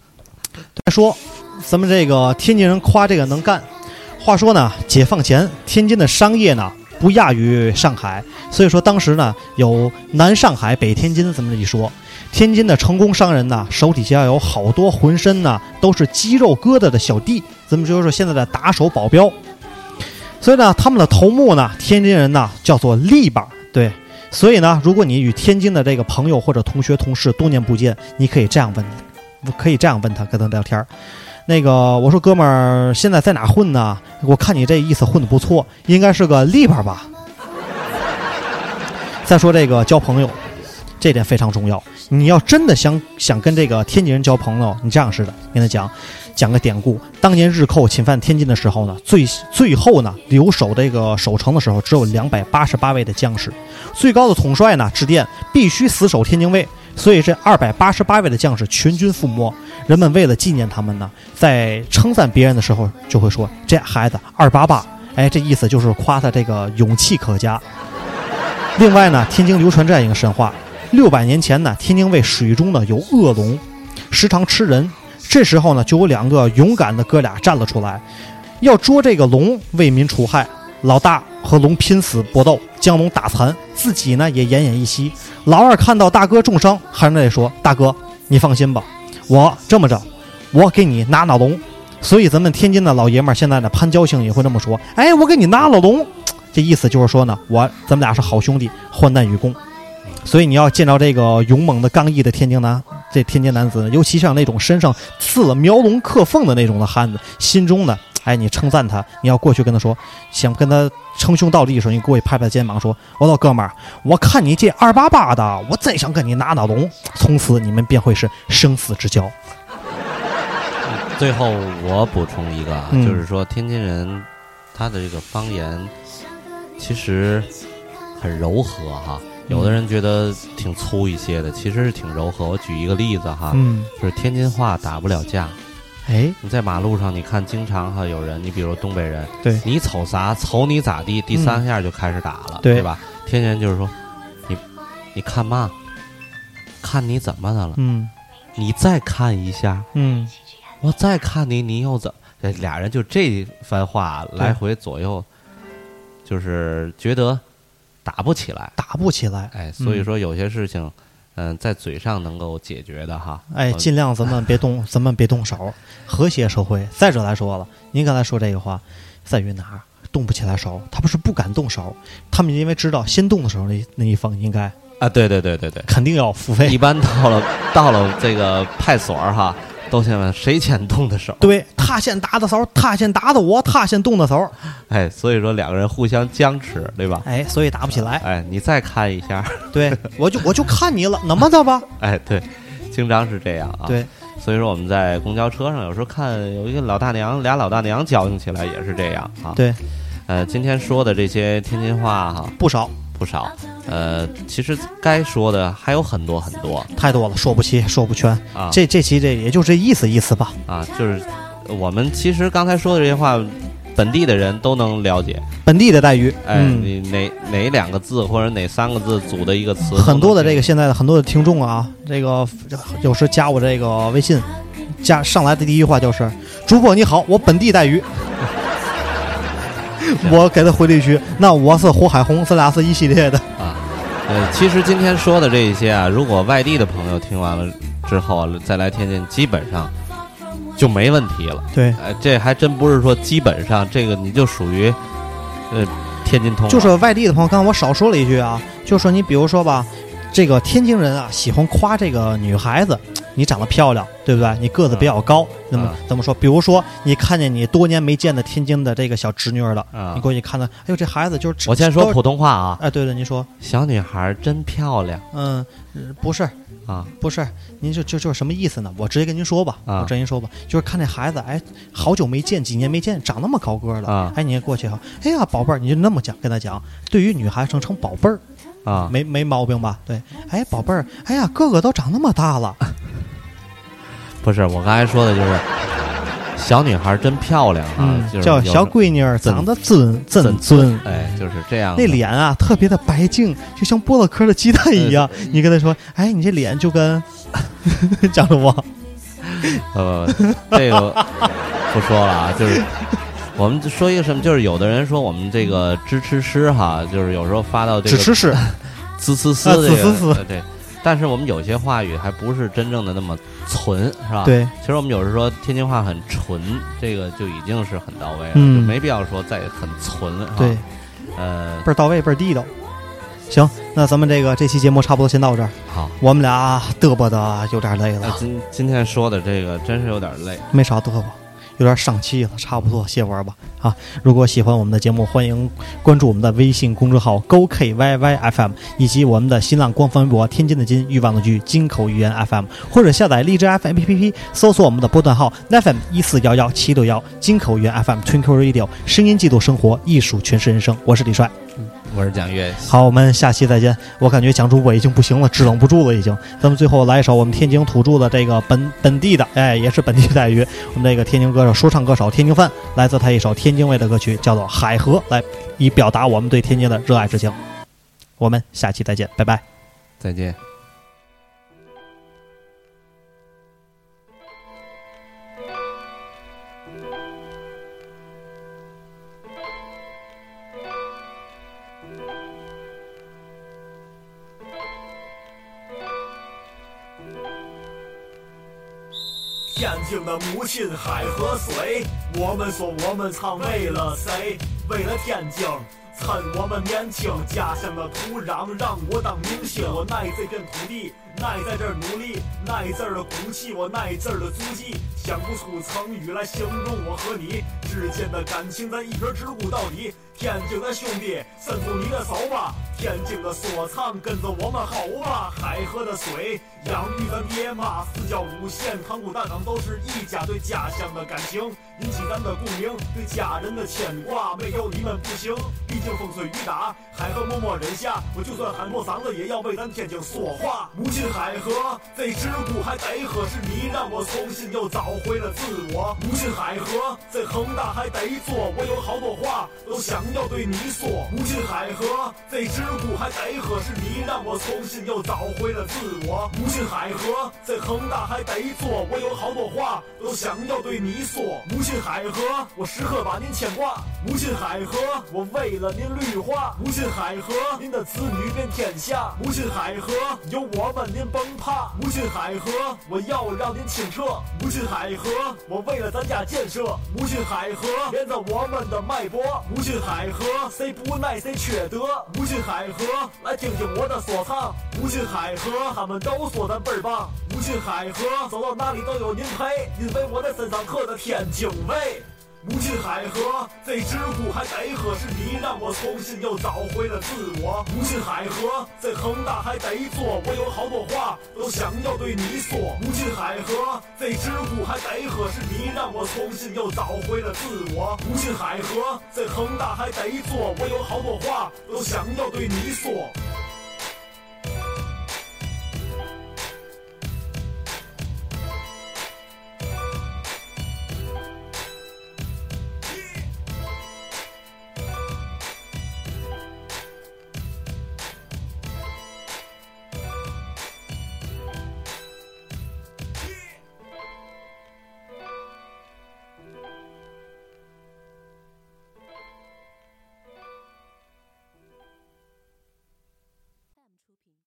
S2: 再说，咱们这个天津人夸这个能干。话说呢，解放前天津的商业呢不亚于上海，所以说当时呢有南上海、北天津这么一说。天津的成功商人呢，手底下有好多浑身呢都是肌肉疙瘩的小弟，咱们就说现在的打手保镖。所以呢，他们的头目呢，天津人呢叫做力把，对。所以呢，如果你与天津的这个朋友或者同学、同事多年不见，你可以这样问我可以这样问他，跟他聊天儿。那个，我说哥们儿，现在在哪混呢？我看你这意思混的不错，应该是个利边吧。再说这个交朋友，这点非常重要。你要真的想想跟这个天津人交朋友，你这样似的跟他讲，讲个典故。当年日寇侵犯天津的时候呢，最最后呢留守这个守城的时候，只有两百八十八位的将士，最高的统帅呢致电，必须死守天津卫。所以这二百八十八位的将士全军覆没。人们为了纪念他们呢，在称赞别人的时候就会说：“这孩子二八八。”哎，这意思就是夸他这个勇气可嘉。另外呢，天津流传这样一个神话：六百年前呢，天津卫水中呢有恶龙，时常吃人。这时候呢，就有两个勇敢的哥俩站了出来，要捉这个龙为民除害。老大和龙拼死搏斗，将龙打残，自己呢也奄奄一息。老二看到大哥重伤，含着泪说：“大哥，你放心吧，我这么着，我给你拿拿龙。”所以咱们天津的老爷们儿现在呢攀交情也会这么说：“哎，我给你拿了龙。”这意思就是说呢，我咱们俩是好兄弟，患难与共。所以你要见到这个勇猛的、刚毅的天津男，这天津男子，尤其像那种身上刺了描龙刻凤的那种的汉子，心中呢，哎，你称赞他，你要过去跟他说，想跟他称兄道弟的时候，你过去拍拍肩膀说：“我老哥们儿，我看你这二八八的，我真想跟你拿拿龙。”从此你们便会是生死之交。
S3: 最后我补充一个啊，
S2: 嗯
S3: 就是说天津人他的这个方言其实很柔和哈，
S2: 嗯
S3: 有的人觉得挺粗一些的，其实是挺柔和。我举一个例子哈，
S2: 嗯，
S3: 就是天津话打不了架。
S2: 哎，
S3: 你在马路上，你看经常哈有人，你比如东北人，
S2: 对
S3: 你瞅啥，瞅你咋地，第三下就开始打了，
S2: 对
S3: 吧？天津人就是说，你你看嘛，看你怎么的了？
S2: 嗯
S3: 你再看一下，
S2: 嗯，
S3: 我再看你，你又怎？这俩人就这番话来回左右，就是觉得打不起来。
S2: 打不起来。
S3: 哎，所以说有些事情，嗯、在嘴上能够解决的哈。嗯
S2: 哎，
S3: 我
S2: 尽量咱们别 动，咱们别动手，和谐社会。再者来说了，您刚才说这个话，在于哪儿？动不起来手，他们是不敢动手，他们因为知道先动的时候那那一方应该
S3: 啊，对对对对对，
S2: 肯定要付
S3: 一
S2: 费。
S3: 般到了到了这个派出所儿哈，都先问谁先动的手，
S2: 对，他先打的手，他先打的我，他先动的手，
S3: 哎，所以说两个人互相僵持，对吧？
S2: 哎，所以打不起来。
S3: 哎，你再看一下，
S2: 对，我就我就看你了，能么的吧？
S3: 哎，对，经常是这样啊。，
S2: 对，
S3: 所以说我们在公交车上有时候看有一个老大娘俩老大娘矫情起来也是这样啊。，
S2: 对，
S3: 呃，今天说的这些天津话哈、
S2: 不少，
S3: 不少，呃，其实该说的还有很多很多
S2: 太多了，说不齐，说不全。
S3: 啊。
S2: 这这期这也就这意思意思吧。
S3: 啊，就是我们其实刚才说的这些话，本地的人都能了解。
S2: 本地的待遇，
S3: 哎，
S2: 嗯，
S3: 你哪哪两个字或者哪三个字组的一个词，
S2: 很多的这个现在的很多的听众啊，这个有时加我这个微信，加上来的第一句话就是：“主播你好，我本地带鱼。” 我给他回了一句：“那我是胡海红，咱俩是一系列的。
S3: 呃，其实今天说的这一些啊，如果外地的朋友听完了之后啊再来天津，基本上就没问题了。”
S2: 对，
S3: 哎，这还真不是说基本上这个你就属于呃天津通了，
S2: 就是外地的朋友，刚才我少说了一句啊，就说你比如说吧，这个天津人啊喜欢夸这个女孩子，你长得漂亮，对不对？你个子比较
S3: 嗯
S2: 高，那么怎么说？比如说你看见你多年没见的天津的这个小侄女了，
S3: 啊
S2: 你。过去看她，哎呦这孩子就是
S3: 我先
S2: 都
S3: 说普通话啊，
S2: 哎，对对，您说，
S3: 小女孩真漂亮
S2: 嗯，呃不是，
S3: 啊
S2: 不是，您就就就是什么意思呢？我直接跟您说吧，
S3: 啊
S2: 我直接跟您说吧，就是看这孩子，哎，好久没见，几年没见，长那么高个了，
S3: 啊
S2: 哎，你过去哈，哎呀，宝贝儿，你就那么讲，跟他讲，对于女孩子称宝贝儿，
S3: 啊！
S2: 没没毛病吧？对，哎，宝贝儿，哎呀，个个都长那么大了，
S3: 啊不是，我刚才说的就是小女孩真漂亮啊，
S2: 嗯
S3: 就是，
S2: 叫
S3: 有
S2: 小闺女儿，
S3: 真
S2: 长得真真
S3: 真
S2: 尊。
S3: 哎，就是这样的。
S2: 那脸啊，特别的白净，就像剥了壳的鸡蛋一样。你跟他说：“哎，你这脸就跟 讲什么？
S3: 呃，这个 不说了啊，就是我们说一个什么，就是有的人说我们这个支持师哈，就是有时候发到这
S2: 只
S3: 个
S2: 吃屎。
S3: 滋滋
S2: 啊
S3: 滋这
S2: 滋滋
S3: 个
S2: 滋
S3: 呃对，但是我们有些话语还不是真正的那么纯，是吧？。
S2: 对，
S3: 其实我们有时候说天津话很纯，这个就已经是很到位了，
S2: 嗯
S3: 就没必要说再很纯了。
S2: 对，，
S3: 啊呃，
S2: 倍儿到位，倍儿地道。行，那咱们这个这期节目差不多先到这儿，
S3: 好，
S2: 我们俩嘚啵的有点累
S3: 那
S2: 了，
S3: 今今天说的这个真是有点累。
S2: 没少嘚啵。有点上气了，差不多歇会儿吧。啊，如果喜欢我们的节目，欢迎关注我们的微信公众号 “go k y y f m” 以及我们的新浪官方微博“天津的津，欲望的句，金口玉言 FM”，或者下载荔枝 FM APP，搜索我们的波段号 “FM 一四幺幺七六幺”，金口玉言 FM Twinkle Radio，声音记录生活，艺术诠释人生。我是李帅。
S3: 我是蒋月，
S2: 好，我们下期再见。我感觉蒋主播已经不行了，支棱不住了，已经。咱们最后来一首我们天津土著的这个本本地的，哎，也是本地带鱼，我们这个天津歌手、说唱歌手天津范，来自他一首天津卫的歌曲，叫做《海河》，来以表达我们对天津的热爱之情。我们下期再见，拜拜。
S3: 再见。
S6: 天津的母亲海和水，我们说我们唱为了谁？为了天津，趁我们年轻，家乡的土壤让我当明星。我爱这片土地，爱在这儿努力，爱这儿的骨气，我爱这儿的足迹。想不出成语来形容我和你之间的感情，咱一直直顾到底。天津的兄弟，伸出你的手吧！天津的说唱，跟着我们吼吧！海河的水，养育咱爹妈，四教五县，堂鼓大堂都是一家，对家乡的感情引起咱的共鸣，对家人的牵挂，没有你们不行。毕竟风吹雨打，海河默默忍下，我就算喊破嗓子，也要为咱天津说话。母亲海河，这支鼓还得喝，是你让我重新又找回了自我。母亲海河，这恒大还得做，我有好多话都想要对你说。母亲海河，这支鼓还得喝，是你让我重新又找回了自我。母亲海河，这恒大还得做，我有好多话都想要对你说。母亲海河，我时刻把您牵挂。母亲海河，我为了您绿化。母亲海河，您的子女遍天下。母亲海河，有我们您甭怕。无尽海河，我要让您清澈。无尽海河，我为了咱家建设。无尽海河，连着我们的脉搏。无尽海河，谁不耐谁缺德。无尽海河，来听听我的说唱。无尽海河，他们都说咱倍儿棒。无尽海河，走到哪里都有您陪，因为我的身上刻着天津卫。无尽海河，这支舞还得喝，是你让我重新又找回了自我。无尽海河，这恒大还得做，我有好多话都想要对你说。无尽海河，这支舞还得喝，是你让我重新又找回了自我。无尽海河，这恒大还得做，我有好多话都想要对你说。